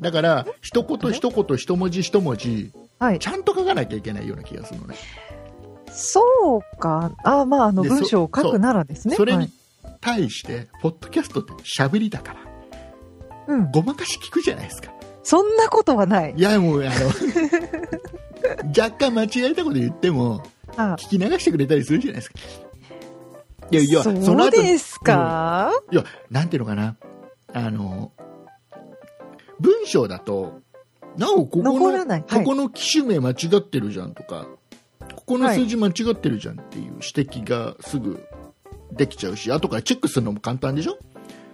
だから一言一言一文字一文字
はい
ち。ゃんと書かなきゃいけないような気がするのね
そうか。ああ、まあ、あの、
でそ
文章を書くならですね。
それ
は
に
い、
対してポッドキャストって喋りだから
うん。
ごまかし聞くじゃないですか
そんなことはない
い。やもうあの 若干間違えたこと言っても
あ
聞き流してくれたりするじゃないですかいやいやその
そう
後
ですか、
いや、なんていうのかな、あの、文章だと、なお、ここの、
残らないは
こ
い
この機種名間違ってるじゃんとか、ここの数字間違ってるじゃんっていう指摘がすぐできちゃうし、後からチェックするのも簡単でしょ、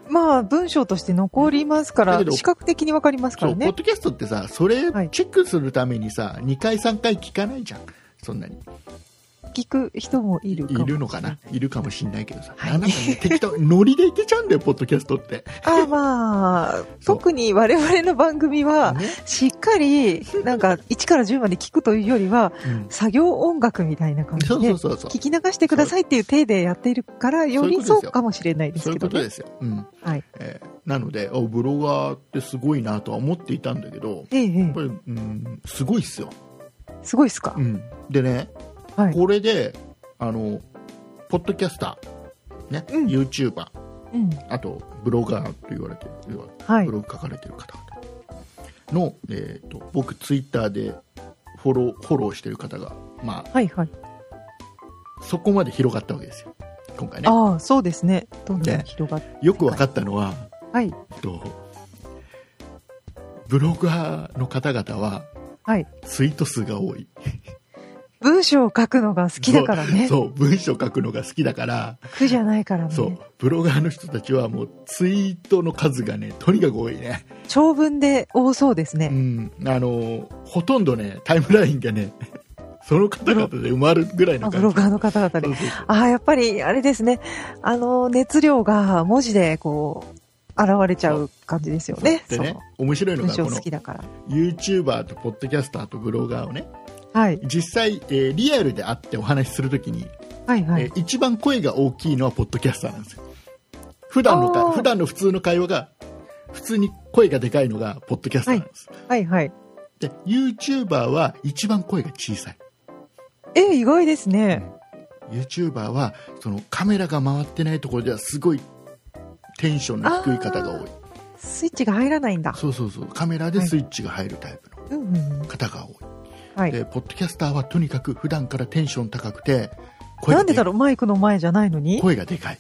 まあ、文章として残りますか
だ
ら
け、ど
視覚的にわかりますか
そう
ら
ポッ
ね。
ドキャストってさ、それ
はい
チェックするためにさ、2回、3回聞かないじゃん。そんなに
聞く人もいるか
い
も
るのかないるかもしんないけどさ、
はい
なんかね適当ノリでいけちゃうんだよポッドキャスト って、
ああ、 まあ、特に我々の番組は、
ね
しっかり、なんか、1から10まで聞くというよりは、
うん
作業音楽みたいな感じ
そう
で
そう、そうそう
聞き流してくださいっていう体でやっているから、より
そういうことで
そ
すよ
うかもしれないで
そ
す
うい
け
うこ
ど
と
ね
で。すよ、うん
はい。
えーなのであブロガーってすごいなとは思っていたんだけど
ええ、え
やっぱり、うん、すごいっすよ、
え、すごいっすか
うん、でね
はい。
これであのポッドキャスター、ね
うん
YouTuber
うん。
あとブロガーと言われてる要は
はい
ブ。ログ書かれてる方々の、えー、と僕ツイッターでフォローフォローしてる方が、ま
はいはい。
あ、そこまで広がったわけですよ今回ね
ああ、そうですね。どんどん
ね
広がって。
よく分かったのは、
はい。
えっとブロガーの方々は
はい。
ツイート数が多い
文章を書くのが好きだからね。
そうそう文章書くのが好きだから、
苦じゃないからね。
そうブロガーの人たちはもうツイートの数がねとにかく多いね、
長文で多そうです
う
ね。
ん、あのほとんどねタイムラインがねその方々で埋まるぐらい
あ
の
ブ
感
ロ
じ
ガーの方々で
そう。そうそう
ああ、やっぱり、あれですね。あの、熱量が文字で、こう、現れちゃう感じですよね。
で
そう。
ね面白いの
文
が
章
こ
好
の
きだから。
YouTuber とポッドキャスターとブロガーをね
はい。
実際、えーリアルで会ってお話しするときに、
はいは
え
い。
ー一番声が大きいのはポッドキャスターなんですよ普段の
あ
か
ー
普段の普通の会話が普通に声がでかいのがポッドキャスターなんです、
はいはい。
で YouTuber は一番声が小さい
え、意外ですね。
YouTuber はそのカメラが回ってないところではすごいテンションの低い方が多い
スイッチが入らないんだ。
そうそうそうカメラでスイッチが入るタイプの
うんうんうん。
方が多い、
はい。
でポッドキャスターはとにかく普段からテンション高くて声
な
が
んで
で
だろうマイクの前じゃないのに
声がでかい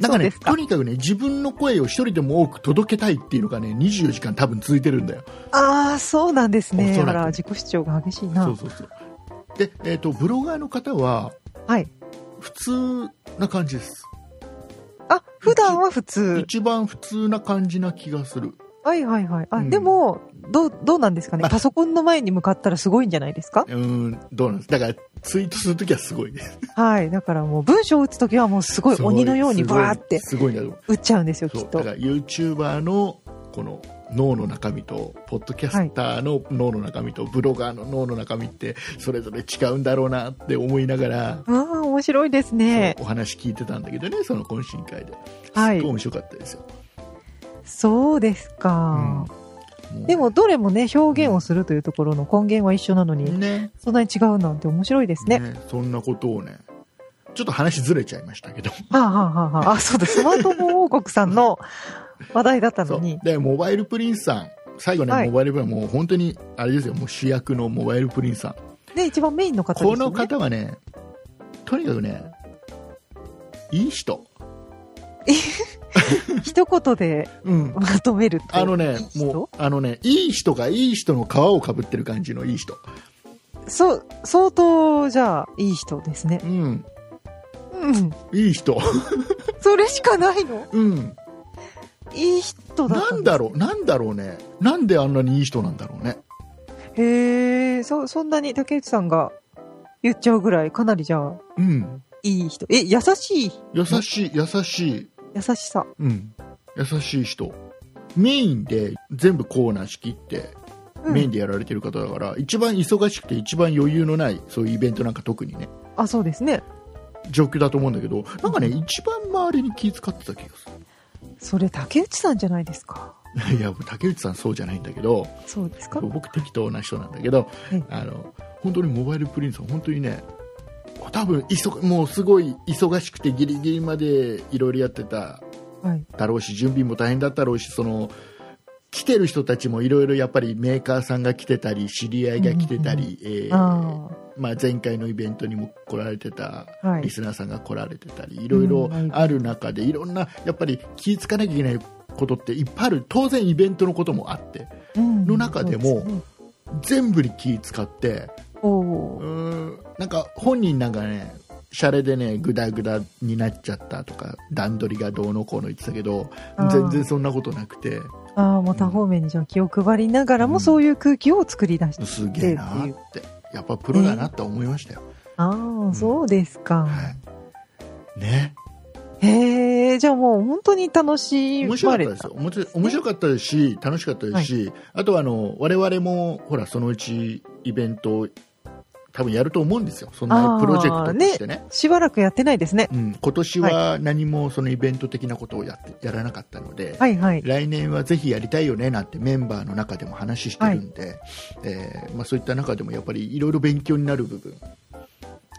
なんか
そうで
ね
すか
とにかくね自分の声を一人でも多く届けたいっていうのがね24時間多分続いてるんだよ
ああ、そうなんです
お
ね。
そら
だ
く
から自己主張が激しい
そ
な
う。そうそうで、えー、とブロガーの方は
はい。
普通な感じです
あ、普段は普通。
一番普通な感じな気がする
はいはいはい。あ、
うん
でも、どう、どうなんですかね
あ
パソコンの前に向かったらすごいんじゃないですか
うーんどうなんですだからツイートするときはすごいです
はい。だからもう文章を打つときはもうすごい
すごい
鬼のようにバーって
すごいすごいな
打っちゃうんですよ、き
そう
っと
だか。ら YouTuber のこの脳の中身とポッドキャスターの脳の中身とブロガーの脳の中身ってそれぞれ違うんだろうなって思いながら、
ああ、面白いですね。
そうお話聞いてたんだけどねその懇親会で、
はい
すっごい面白かったですよ、
そうですか。でも、どれもね、表現をするというところの根源は一緒なのに、
ね
そんなに違うなんて面白いですね。
ねそんなことをねちょっと話ずれちゃいましたけ ど
はあ、はあはあはあ、あ、そうだ、スマートフォン王国さんの 話題だったのに。
でモバイルプリンスさん最後ね、
はい
モバイルプリンスもう本当にあれですよもう主役のモバイルプリンスさん、
ね、一番メインの方です
こ
よね。
の方はねとにかくねいい人、
一言で
うん、
まとめると。
あのね
いい人
もうあのねいい人がいい人の皮をかぶってる感じのいい人、
そう、相当、じゃあ、いい人ですね
う。ん、
うん。
いい人、
それしかないの
うん、
いい人だっ
な
た
ん
だ
だろうなんだろうねなんであんなにいい人なんだろうね
へえそそんなに竹内さんが言っちゃうぐらいかなりじゃあ
うん
いい人え優しい
優しい優しい
優しさ
うん優しい人メインで全部コーナー仕切って
うん
メインでやられてる方だから、一番忙しくて一番余裕のないそういうイベントなんか特にね
あそうですね
状況だと思うんだけどなんかね一番周りに気遣ってた気がす
それ竹内さんじゃないですか
る いや竹内さんそうじゃないんだけど
そうですか
僕適当な人なんだけど、
うん
あの本当にモバイルプリンスは本当にね多分忙もうすごい忙しくてギリギリまでいろいろやってた
はい
だろうし準備も大変だったろうしその来てる人たちもいろいろやっぱりメーカーさんが来てたり知り合いが来てたり、えー
あ
まあ、前回のイベントにも来られてた
あはい
リスナーさんが来られてたりいろいろある中でいろんなやっぱり気ぃつかなきゃいけないことっていっぱいある当然イベントのこともあっての
の
中でも全部に気ぃ使って
お
う
おー
ーんなんか本人なんかねシャレでねグダグダになっちゃったとか段取りがどうのこうの言ってたけど
あー
全然そんなことなくて
ああまた方面にじゃあ気を配りながらもそういう空気を作り出して
すげえなーってやっぱプロだなって思いましたよ。
ああそうですか、
はいね、
へえじゃあもう本当に楽し
面白か
ま
った
れ
で
た
すよ面白い面白かったですし楽しかったですし、あとはあの我々もほらそのうちイベントを多分やると思うんですよそんなプロジェクトとしてね
しばらくやってないですね
うん、今年は何もそのイベント的なことをやってやらなかったので、
はいはい
来年はぜひやりたいよねなんてメンバーの中でも話してるんで、えーまあ、そういった中でもやっぱりいろいろ勉強になる部分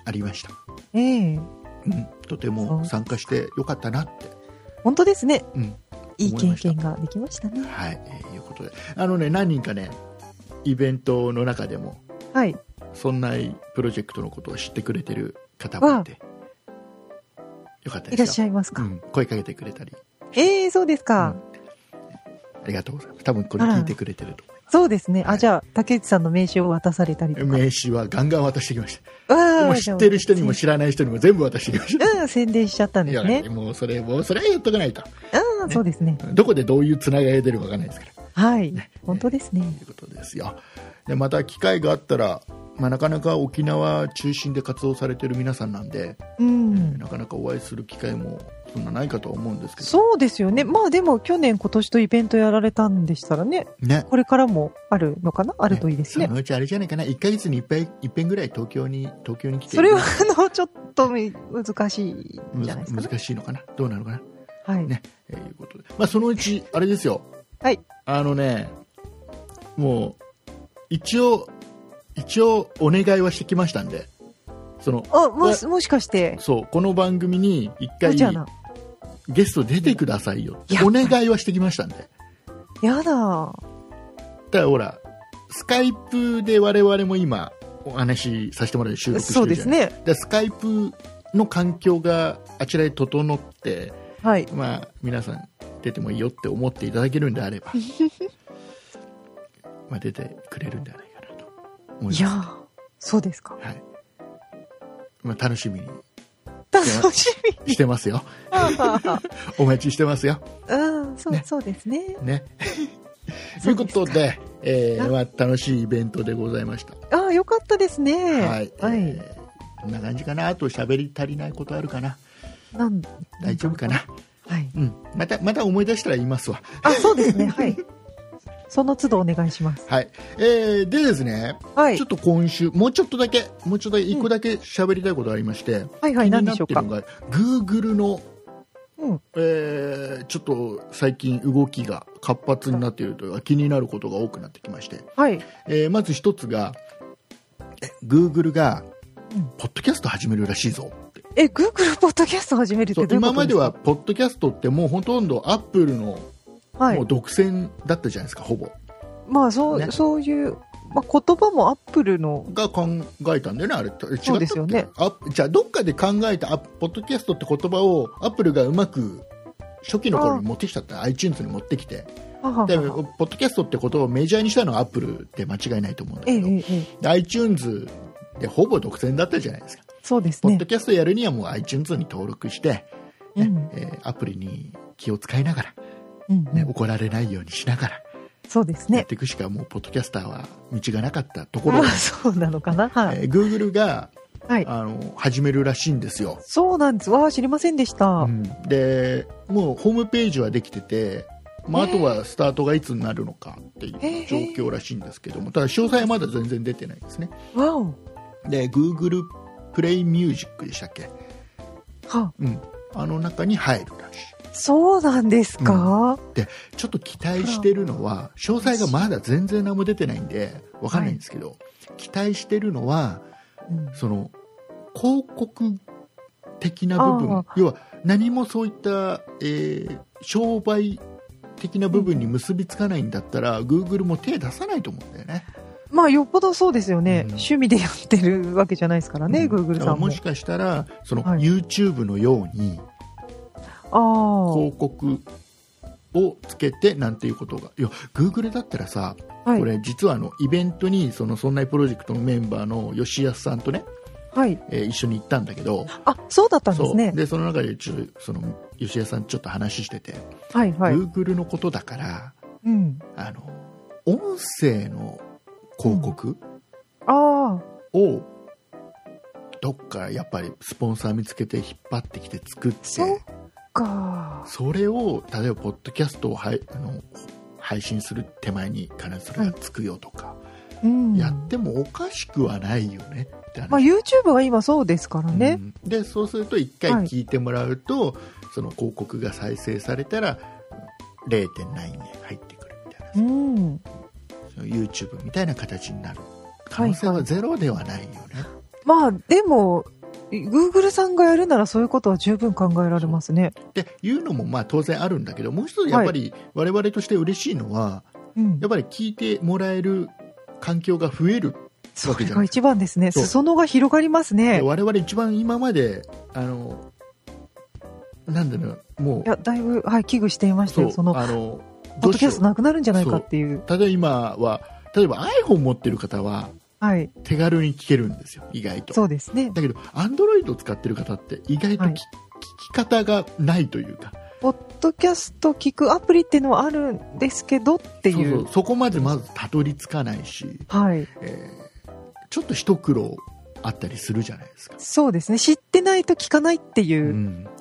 ありました、
ええ
うん、とても参加してよかったなって、
本当ですね
うん
いい
思い
経
ました
験ができましたね
はいえーいうことであの、ね、何人かねイベントの中でも
はい
そんなプロジェクトのことを知ってくれてる方もいてよかった
い
ですよ
らっしゃいますか、
うん、声かけてくれたり
ええそうですか、
ありがとうございます。多分これ聞いてくれてると思
そうですね
は
あ
い
じゃあ竹内さんの名刺を渡されたりと
う。
か
名刺はガンガン渡してきまし
わ
た。
あ
もう知ってる人にも
じ
知らない人にも全部渡してきまし
ゃ
た。
あうん宣伝しちゃったん
い
で
や
すね
もうそれ、もうそれはやっとかないと。
ああそうですね
どこでどういうつながりが出るかわかんないですから。
はい本当ですね
ということですよ。で、また機会があったら、まあ、なかなか沖縄中心で活動されてる皆さんなんで、
うん
なかなかお会いする機会もそんなないかとは思うんですけど、
そうですよねまあでも去年今年とイベントやられたんでしたらね
ね。
これからもあるのかなあるといいですね
そのうちあれじゃないかな、1ヶ月にいっぱい、いっぺんぐらい東京に、東京に来て、
それはあのちょっと難しいん
む
じゃ
ず
ないですかね
難しいのかな、どうなのかな。
はい、
ねえーいうことで、まあ、そのうち、あれですよ、
はい、
あのね、もう、一応、一応、お願いはしてきましたんで、その、
あもしもしかして
そう、この番組に一回
無、茶な
ゲスト出てくださいよって
やっ
お
ぱ
願いはしてきましたんで、だか
やだ
らほら、スカイプで我々も今、お話しさせてもらう収録して
そう
る
で
じゃ
す
ない
ね
でスカイプの環境があちらで整って、
はい
まあ、皆さん出てもいいよって思っていただけるんであ ればまあ出てくれるんじゃないかなと思い
い
ま
や
す、
ーそうですか
はいまあ、楽しみに
楽し
してます よ
み
お待ちしてますよ、
うんそう
ね
そうですね
ね、と
そ
いううこ
です
と
か
で、えー
あ
まあ、楽しいイベントでございました、
ああよかったですね
はい、えーこんな感じかなあと喋り足りないことあるかな
なん
大丈夫かな、
はい
うん、またまた思い出したら言いますわ
あそうですねはいその都度お願いします
はい、えーでですね
はい
ちょっと今週、もうちょっとだけ、もうちょっとだけ一個だけ喋りたいことがありまして、
はいは
気に
い何
なっ
でしょ
て
う
る
か
のが、Google の、
うん
えーちょっと最近動きが活発になっているというか、気になることが多くなってきまして、
はい
えーまず一つが、え Google が
うん、
ポッドキャスト始めるらしいぞって。
え Google ポッドキャスト始めるっ
そ
て
う
どういう
今
こと
まで
で
す
か
は、ポッドキャストってもうほとんどアップルの、
は
も
いう
独占だったじゃないですか、ほぼ。
まあそう,、
ね
そういう、まあ、言葉もアップルの
が考えたんだよね、あれ、違ったっけ
そうですよね
あじゃあ、どっかで考えた、あポッドキャストって言葉を、アップルがうまく初期の頃に持ってきちゃった、iTunes に持ってきて、
ははは
でポッドキャストってことをメジャーにしたのはアップルで間違いないと思うんだ
え
け
ええ
ど、
えええ
で iTunes でほぼ独占だったじゃないですか、
そうです
ポッ
ね
ド、キャストやるにはもう iTunes に登録して、ね
うん
えーアプリに気を使いながら、
うん
ね、怒られないようにしながら
そうです
やっ
ね。
ていくしか、もうポッドキャスターは道がなかったとこ
ま
ろ
あ、
で、
そうなのかな。はい。
えー Google が
はい。
あの始めるらしいんですよ、
そうなんです。わあ、知りませんでした。
うんでもうホームページはできてて、まあ、あ
へえ
とはスタートがいつになるのかっていう
へえ
状況らしいんですけどもただ詳細はまだ全然出てないですね
わお。は
で Google プレイミュージックでしたっけ、
あ、
うん、あの中に入るらしい
そうなんですか、
ちょっと期待してるのは詳細がまだ全然何も出てないんでわかんないんですけど、期待してるのは
うん
その広告的な部
あ
分要は何もそういった、えー商売的な部分に結びつかないんだったら、Google も手出さないと思うんだよね。
まあ、よっぽどそうですよね、
うん
趣味でやってるわけじゃないですからね、
うん
Google
だ
さ
から
んも。
もしかしたらその、
はい
YouTube のように
あ
広告をつけてなんていうことがいや Google だったらさ
あ、は
こ
い。
れ実はあのイベントにそのそんないプロジェクトのメンバーの吉安さんとね、
はい。
えー一緒に行ったんだけど
あ、そうだったんで
そ
す
う
ね。
でその中でちょその吉安さんちょっと話してて、
はい、はい。
Google のことだから
うん。
あの音声の広告
あ
をどっかやっぱりスポンサー見つけて引っ張ってきて作って
そうあ、か。
それを例えばポッドキャストをはいあの配信する手前に必ずそれがつくよとか、
うん。
やってもおかしくはないよねって話
まあ、YouTube は今そうですからね。
うんでそうすると1回
はい
聞いてもらうと、その広告が再生されたら0.9円入ってくるみたいな、
うん。
その YouTube みたいな形になる可能性はゼロではないよね、
まあ、でも、Google さんがやるならそういうことは十分考えられますね。
っていうのもまあ当然あるんだけどもう一つやっぱり我々として嬉しいのは、
うん
や。っぱり聞いてもらえる環境が増える、
それが一番ですね。
そう
裾野が広がります
で
ね。
我々一番今まであのなんだろうも
いや、だいぶ、はい、危惧していま
う
したよ。その、
あの
ポッドキャス
どうし
ト
よ
なくなるんじゃないかっていう。
うただ今は例えば iPhone 持ってる方は
はい。
手軽に聞けるんですよ意外と
そうですね。
だけどアンドロイド使ってる方って意外とき、
はい
聞き方がないというか
ポッドキャスト聞くアプリっていうのはあるんですけどって
そう
いう。
そうそこまでまずたどり着かないし、
はい。
えーちょっと一苦労あったりするじゃないですか、、
そうですね。知ってないと聞かないっていううん
だ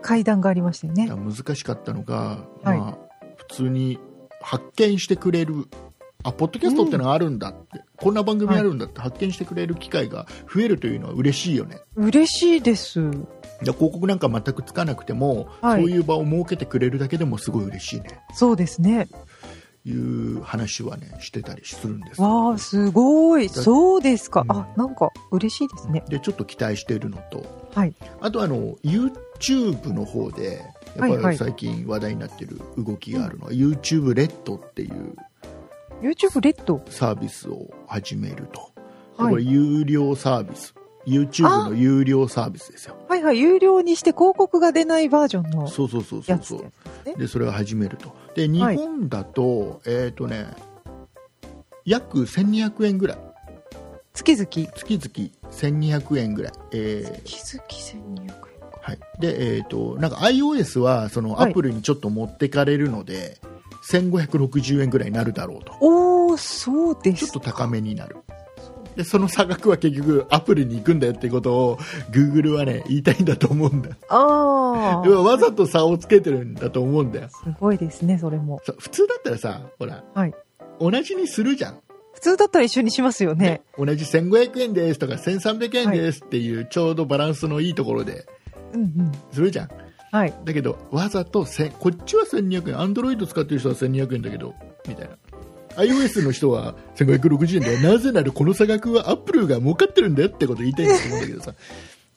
階段がありましたよね。
から難しかったのが、
はい
まあ、普通に発見してくれるあポッドキャストってのがあるんだって、こんな番組あるんだって発見してくれる機会が増えるというのは嬉しいよね
嬉しいです。
で広告なんか全くつかなくても、
はい
そういう場を設けてくれるだけでもすごい嬉しいね
そうですね。
いう話はねしてたりするんですよ
わあ、すごい。
だ
そうですか
う。ん
あ、なんか嬉しいですね。
でちょっと期待しているのと、
はい
あとあの YouTube の方でや
は
っ
い
ぱ
は
り
い
最近話題になってる動きがあるのは、YouTube レッドっていう
YouTube レッド。
サービスを始めると、でこ
は
れ
い。
有料サービス YouTube の有料サービスですよ
はいはい。有料にして広告が出ないバージョンの
そうそうそうそ
や
う
つ
そ
っ
う
てやつですね。
でそれを始めるとで日本だと、えっ、とね約1200円ぐらい
月々。
月々1200円ぐらい、え
月々1200円か。
ーはい、でえっ、となんか iOS はその
は
ア
い
プリにちょっと持ってかれるので、1560円ぐらいになるだろうと
おー、そうで
ちょ
す
っと高めになるでその差額は結局アプリに行くんだよってことを Google はね言いたいんだと思うんだ
ああ。
要はわざと差をつけてるんだと思うんだよ
すごいですね、それも。
さ普通だったらさほら、
はい
同じにするじゃん
普通だったら一緒にしますよね。
同じ1500円ですとか1300円ですっていうちょうどバランスのいいところで
うんうん。
するじゃん
はい。
だけどわざとせんこっちは1200円アンドロイド使ってる人は1200円だけどみたいな iOS の人は1560円でなぜならこの差額はアップルが儲かってるんだよってこと言いたいんだと思うんだけどさ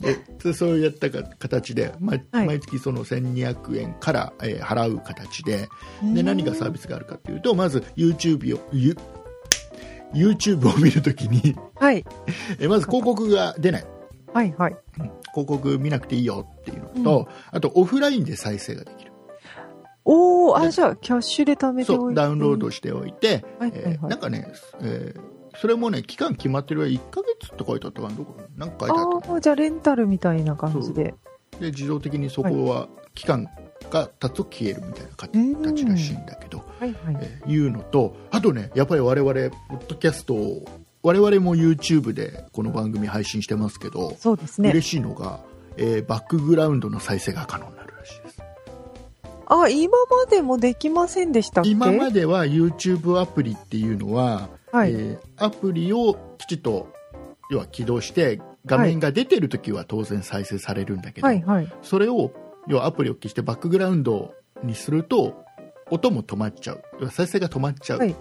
でそそうやったか形で、まあ
はい
毎月その1200円から、えー払う形でで何がサービスがあるかというとまず YouTube をゆ YouTube を見るときに
はい。
えまず広告が出ない
はいはい。
広告見なくていいよっていうのと、あとオフラインで再生ができる
おー、
で
あ、じゃあ、キャッシュで貯めておいて。
そうダウンロードしておいて、
はいはいはい
えーなんかね、えーそれもね期間決まってるわ1ヶ月って書いてあったかなどこなんか書いてあっ
ああ、じゃあレンタルみたいな感じで。
たで自動的にそこは期間が経つと消えるみたいな形らしいんだけど、
はいはい。
えーいうのとあとねやっぱり我々ポッドキャストを我々も YouTube でこの番組配信してますけど、
そうですね。
嬉しいのが、えーバックグラウンドの再生が可能になるらしいです
あ、今までもできませんでしたっけ
今までは YouTube アプリっていうのは、
はい。
えーアプリをきちっと要は起動して画面が出てるときは当然再生されるんだけど、
はいはい。
それを要はアプリを消してバックグラウンドにすると音も止まっちゃう要は再生が止まっちゃう、
はい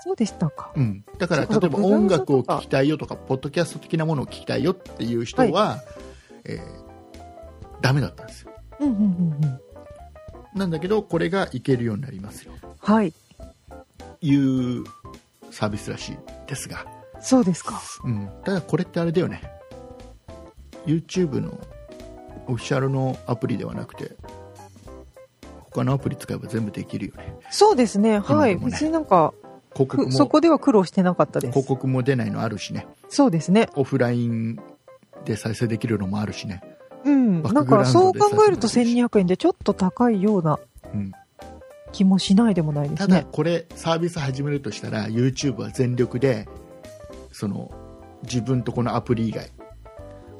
そうでしたか。
うん、だから
そうか
例えば音楽を聴きたいよとかポッドキャスト的なものを聴きたいよっていう人は、えーダメだったんですよ
うんうんうんうん。
なんだけどこれがいけるようになりますよ
はい。
いうサービスらしいですが、
そうですか。
うん、ただこれってあれだよね YouTube のオフィシャルのアプリではなくて他のアプリ使えば全部できるよね
そうですね。は
今で
い。
もね
別になんか、
広告
くそ
も
こでは苦労してなかったです
広。告も出ないのあるしね
そうですね。
オフラインで再生できるのもあるしね
うん。
バ
な
ック
ん
グラウンドで
か、そう考えると
させても
1200円でちょっと高いような
うん
気もしないでもないで
た
す
だ
ね。
これサービス始めるとしたら YouTube は全力でその自分とこのアプリ以外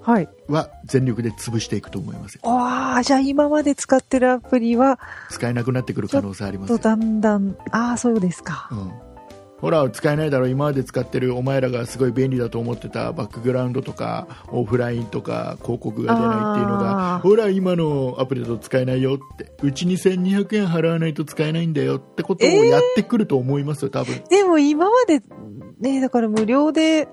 はい。
は全力で潰していくと思いますよ
ああ、じゃあ今まで使ってるアプリは、
使えなくなってくる可能性あります
と
よ
だんだん、ああ、そうですか
う。ん、ほら使えないだろ今まで使ってるお前らがすごい便利だと思ってたバックグラウンドとかオフラインとか広告が出ないっていうのが
あー
ほら今のアプリだと使えないよってうちに1200円払わないと使えないんだよってことを
えー
やってくると思いますよ多分、
でも今まで、ね、だから無料で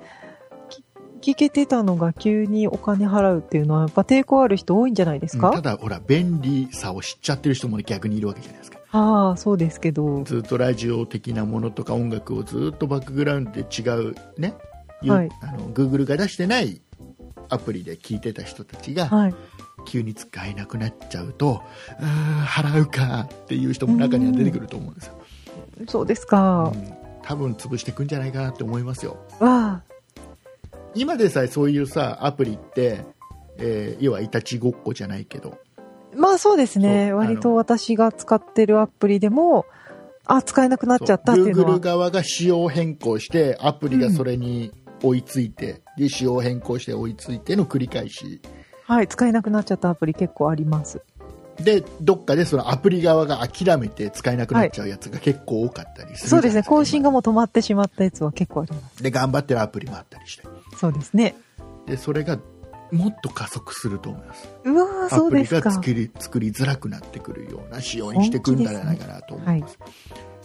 き聞けてたのが急にお金払うっていうのはやっぱ抵抗ある人多いんじゃないですか、
うんただほら便利さを知っちゃってる人も、ね、逆にいるわけじゃないですか
ああ、そうですけど。
ずっとラジオ的なものとか音楽をずっとバックグラウンドで違うね、ゆ
はい
あの Google が出してないアプリで聞いてた人たちが
はい。
急に使えなくなっちゃうと、うーん払うかっていう人も中には出てくると思うんですよ、
そうです
う
か。
ん、多分潰していくんじゃないかなって思いますよ
わあ、
今でさえそういうさアプリって、えー要はいたちごっこじゃないけど
まあそうで
そ
す
うあ
ね。
の
割と私が使ってるアプリでも、あ、使えなくなっちゃったっていうの
Google
は。
側が仕様変更してアプリがそれに追いついて、で仕様変更して追いついての繰り返し
はい、使えなくなっちゃったアプリ結構あります。
でどっかでそのアプリ側が諦めて使えなくなっちゃうやつが結構多かったりするじ
そ
ゃな
うで
い
すね。
か
更新がもう止まってしまったやつは結構あります。
で頑張ってるアプリもあったりして
そうですね。
でそれがもっと加速すると思います
うわあ、
ア
そう
プ
で
リ
す
が
か。
作り作りづらくなってくるような仕様にしてくんだんじゃないかなと思います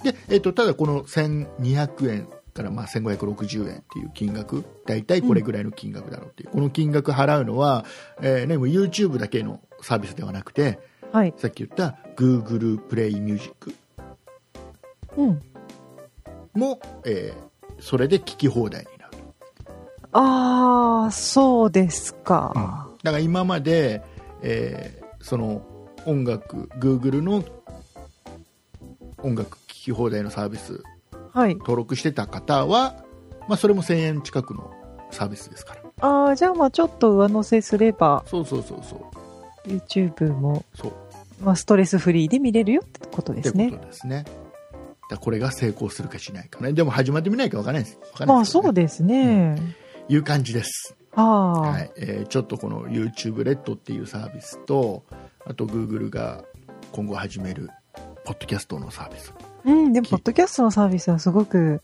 で、えっとただこの1200円からまあ1560円っていう金額大体これぐらいの金額だろうっていう、この金額払うのは、えーね、もう YouTube だけのサービスではなくて
はい。
さっき言った Google プレイミュージック
うん。
も、えーそれで聞き放題になる
ああ、そうですか。
だから今まで、えーその音楽 Google の音楽聴き放題のサービス
はい。
登録してた方は、まあ、それも1000円近くのサービスですから
ああ、じゃあまあちょっと上乗せすれば、
そうそうそうそう
YouTube も、
そう
まあ、ストレスフリーで見れるよってことで
って
す
こ
ね。
とですねだからこれが成功するかしないかねでも始まってみないか分からないですわかんない
まあ
ですよね
そうですね。
いう感じです、
ああ、
はいえーちょっとこの YouTube レッドっていうサービスとあと Google が今後始めるポッドキャストのサービス
うん、でも、
き
ポッドキャストのサービスはすごく、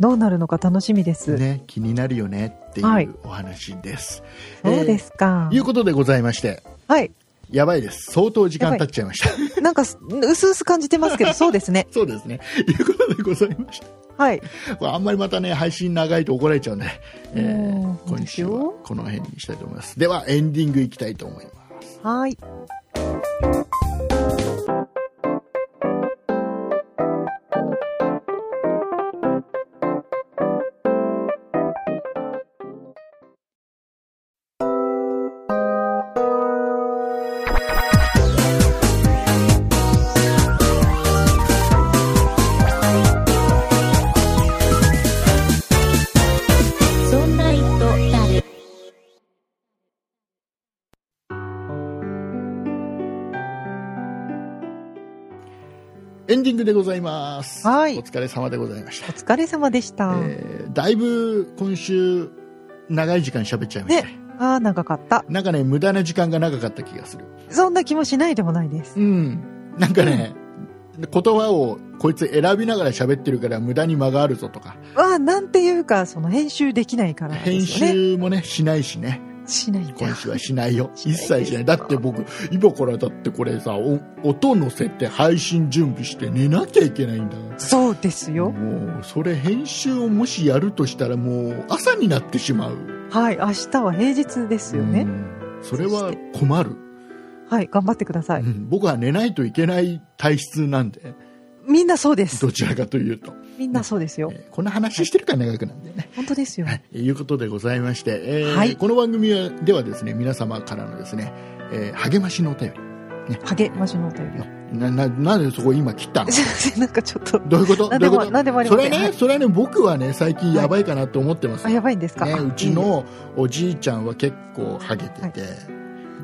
どうなるのか楽しみです。
ね、気になるよねって
はいいう
お話です。。
そうですすか。
いうことでございまして、
はい。
やばいです。相当時間経っちゃいました。
なんか、す薄々感じてますけど、そうですね。
そうですね。いうことでございました。
はい。
これあんまりまたね、配信長いと怒られちゃうんで、えー
もう
今週は
本当
この辺にしたいと思います。では、エンディングいきたいと思います。
はい。
そんな糸だる。
エンディングでございます。
はい
お疲れ様でございました
お。疲れ様でした。
えーだいぶ今週、長い時間喋っちゃいましたね。
ああ、長かった。
なんかね、無駄な時間が長かった気がする。
そんな気もしないでもないです。
うん。なんかね、言葉をこいつ選びながら喋ってるから無駄に間があるぞとか、
ああ、なんていうか、その編集できないからで
編
すよね。
集もね、しないしね。
しないんだ
今週はしないよ。
し
一
ない
切しない。だって僕、今からだってこれさ、お音乗せて配信準備して寝なきゃいけないんだから
そうですよ。
もう、それ編集をもしやるとしたらもう朝になってしまう。
はい、明日は平日ですよ
う
ね。
んそれは困る、
はい、頑張ってください。
うん僕は寝ないといけない体質なん で、
みんなそうです
ど。ちらかというと。
みんなそうですよ。
えーこんな話してるから長くなんだよね。
本当ですよ。
はい、いうことでございまして、えー
はい
この番組はではですね、皆様からのですね、えー励ましのお便
励ましのお便りを。
り。な、な、なんでそこ今切っ たの
すいません、なんかちょっと。
どういうこと
なん
ど
で
ういう
も、
こと
なんでもあり
そ
ま
れ
せん。
はね、それはね、僕はね、最近やばいかなと思ってます。
あ、やばいんですか。
ね、
あ
うち。
いいね
のおじいちゃんは結構ハゲてて、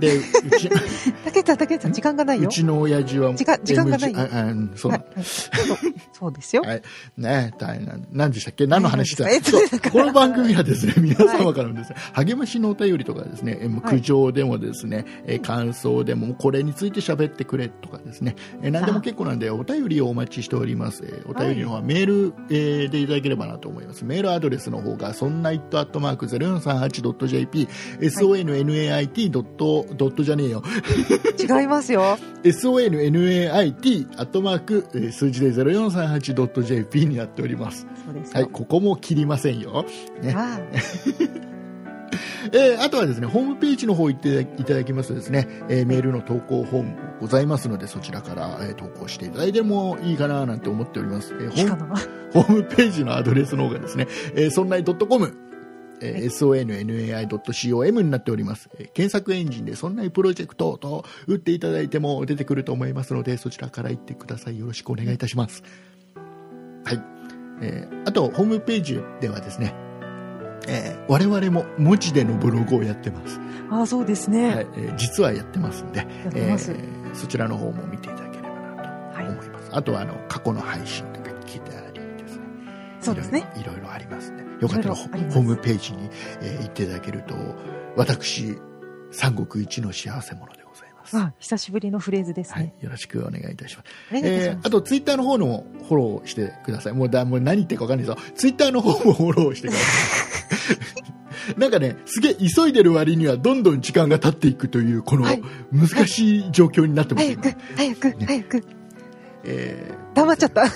で、う ち、
竹内さん、竹内さん、時間がないよ。
うちの親父は、
時間時間がないよ
M 字ああうんそうな
は
ん
いはいそうそうですよ。
はいね大変な、何でしたっけ何の話だ
えっと
そう
だから
この番組はですね、皆様からのですね、励ましのお便りとかですね、えー
はい
苦情でもですね、えー感想でも、これについて喋ってくれとかですね、えー何でも結構なんで、お便りをお待ちしております。えーお便りの方はメール、えーでいただければなと思います。メールアドレスの方が、そんな it.0438.jp、sonnait. じゃねえよ、
違いますよ。
sonnait アットマークえー数字で 0438.jp になっております。
そうです
はい、
よ。
ここも切りませんよ。ね
あ
えーあとはですね、ホームページの方行っていただきますとですね、えーメールの投稿フォームございますので、そちらから、えー投稿していただいてもいいかななんて思っております。えーホ
あ、いい
ー
か
ム
な。
ホームページのアドレスの方がですね、えー、そんない .com、えー sonnai.com になっております。えー検索エンジンでそんないプロジェクトと打っていただいても出てくると思いますので、そちらから行ってください。よろしくお願いいたします。はい。えーあと、ホームページではですね、えー我々も文字でのブログをやってます。
ああ、そうです
は
ね。
い、えー実はやってますんで、
やってます
え。ーそちらの方も見ていただければな
は
と
い。
思います。あとは、あの、過去の配信とか聞いたりですね。
そうですね。
いろいろ。いろいろありますね。よかったらホ
いろいろあります
ホームページに、えー行っていただけると、私、三国一の幸せ者でございます。
あ、久しぶりのフレーズです
はい
ね。、
よろしくお願いいたします。
ありがとうござ
え
い
ー
ま
あと、ツイッターの方のもフォローしてください。もうだ、もう何言ってるかわかんないですよ。ツイッターの方もフォローしてください。なんかね、すげえ急いでる割にはどんどん時間が経っていくという、この
はい
難しい状況になってます、
す。早
今
く、早く、
ね
早く。
えー
黙っちゃった。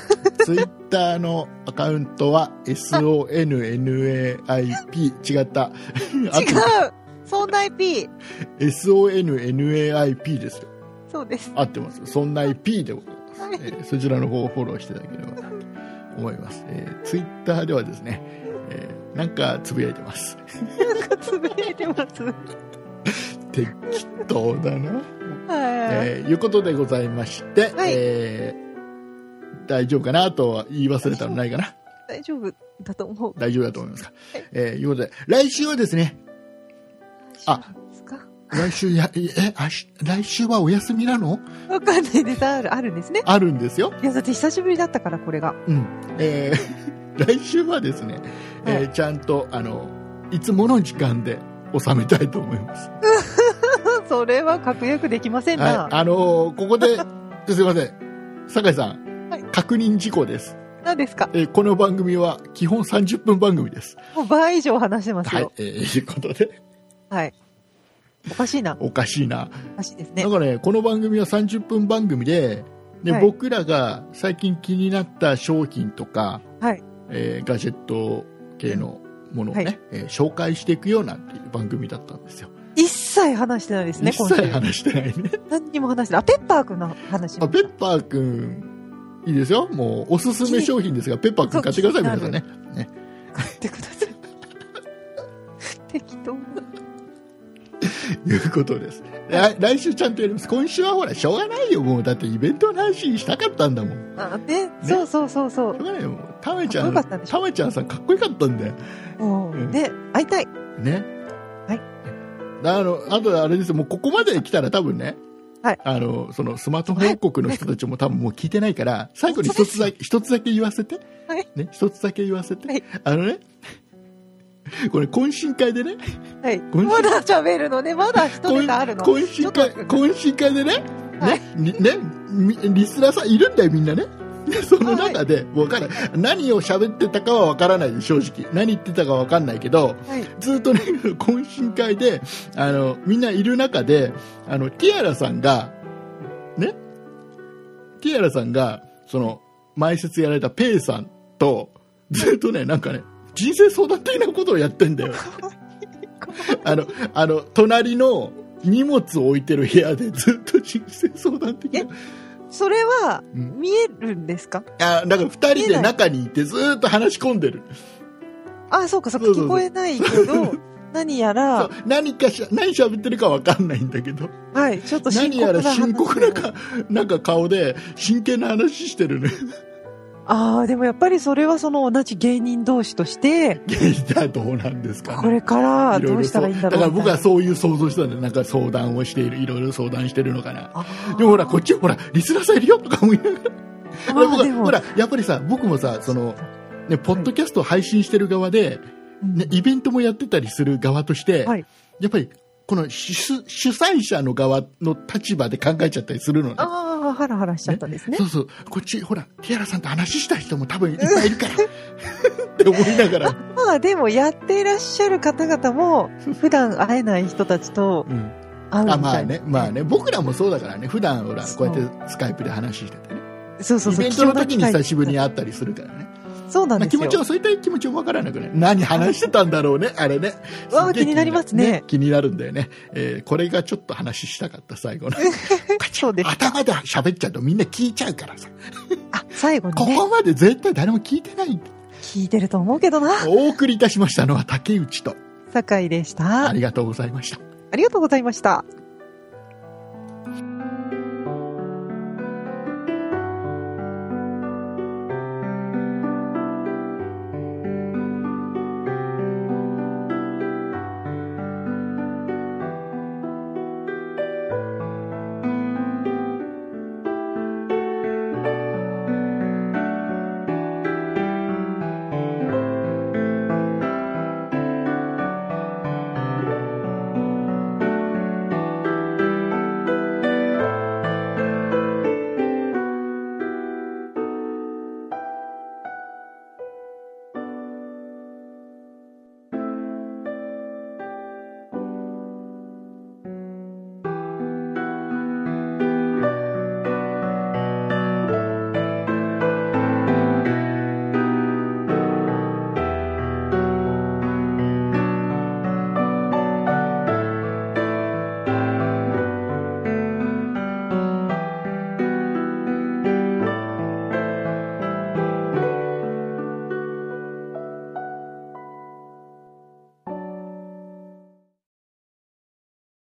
ツイッターのアカウントは SONNAIP 違った。あ
違うそんな IP!
と SONNAIP ですよ。
そうです。
合ってます。そんな IP でございます。
はい
えーそちらの方をフォローしていただければなと思います。えー、ツイッターではですね、えーなんかつぶやいてます。
なんかつぶやいてます。
適当だ な。
はい。
えーいうことでございまして、
はい
えー大丈夫かなとは言い忘れたのないかな。
大丈夫だと思う。
大丈夫だと思いますか。
はい
えーいうことで、来週はですね、あ
ですか
来週や、え、明日来週はお休みなの
わかんないです。ある、あるんですね。
あるんですよ。
いや、だって久しぶりだったから、これが。
うん。えー 来週はですね、えー
は
ちゃんと、あの、いつもの時間で収めたいと思います。
それは確約できません
は。。
ない
あのーここ で、すいません。酒井さん、
はい
確認事項です、
何ですか
えーこの番組は基本30分番組です。
もう倍以上話してます
はい
よ。。
えーいうことで、
はい。おかしいな。
おかしいな。
おかしいですね
だ。からね、この番組は30分番組で、で、
はい
僕らが最近気になった商品とか、
はい
えーガジェット系のものをね、
はい
えー紹介していくようなっていう番組だったんですよ。
一切話してないですね、
一
今
切
週。
話して ないね。
何にも話してない。あ、ペッパーくんの話。
あ、ペッパーくん、いいですよ。もう、おすすめ商品ですが、ペッパーくん買ってください、
そう
皆さんね。
買ってくだ さい。適当。
いうことです。来来週ちゃんとやります。今週はほら、しょうがないよ。もう、だってイベントの話したかったんだもん。し
あ、ね、そうそうそうそ
ょうがないよ。もうタメちゃん、
かっこよかったでし
タメちゃんさんかっこよかったんだよ。
う。も
う
うんね、会いたい。
ね。。
はい
あの、あとあれですよもうここまで来たら多分ね、
はい
あのそのスマートフォン王国の人たちも多分もう聞いてないから最後に一つだけ一つだけ言わせて、
はい
ね、一つだけ言わせて、
はい
あのねこれ懇親会でね
はい。
ごめんな
まだ喋るのね。まだ一ネタあるの。
懇親会
ちょっと
懇親会でね
は
ねにねみリスナーさんいるんだよみんなね でその中で、わかる何を喋ってたかは分からないです正直何言ってたか分かんないけど、
はい。
ずっとね、懇親会で、あの、みんないる中で、あの、ティアラさんが、ね、ティアラさんが、その、前説やられたペイさんと、ずっとね、なんかね、人生相談的なことをやってんだよ。あの、あの、隣の荷物を置いてる部屋でずっと人生相談的な。
それは、
うん
見えるんですか
あ、だから二人
見えな
で
い
中にいてずっと話し込んでる。
あ、そうか、そうか、
そうそうそう
聞こえないけど、 何や
そう
ら、
何かしら、何喋ってるかわかんないんだけど。
はい、ちょっと深
何
刻
や
な
ら
話
深刻なかなんか顔で真剣な話してるね
ああ、でもやっぱりそれはその同じ芸人同士として、
ゲイだどうなんですかね
これからどうしたらいいんだろう
だから僕は
う。
そういう想像してたんだよなんか相談をしているいろいろ相談してるのかな
あー
でもほらこっちほらリスナーさんいるよとか思いながら
あ
で僕
ー
は
でも
ほらやっぱりさ僕もさそのね、ポッドキャストを配信してる側で、
うん
ね、イベントもやってたりする側として、
はい
やっぱりこの主主催者の側の立場で考えちゃったりするのね
ああ、ハラハラしちゃったんですね
そ。うそうこっちほらティアラさんと話したい人も多分いっぱいいるから って思いながら、
まあでもやっていらっしゃる方々も、普段会えない人たちと
うん
会うみた
あ
いな。
まあねまあね僕らもそうだからね普段ほら
そ
こ
う
うやってスカイプで話しててね
そうそう
イ
そう。
ベントの時に久しぶりに
貴重な
会
機
ったりするからね、
会そうなん
まあ、
です
気
よ。
持ちはそういった気持ちもわからなくない何話してたんだろうね あれね
うわ
すっげえ
気になりますね
気になるんだよね、えーこれがちょっと話したかった最後の
そう です。
頭で喋っちゃうとみんな聞いちゃうからさ
あ、最後
こ
にね、
こまで絶対誰も聞いてない
聞いてると思うけどな。
お送りいたしましたのは竹内と
酒井でし
あ
た。
りがとうございました
ありがとうございました。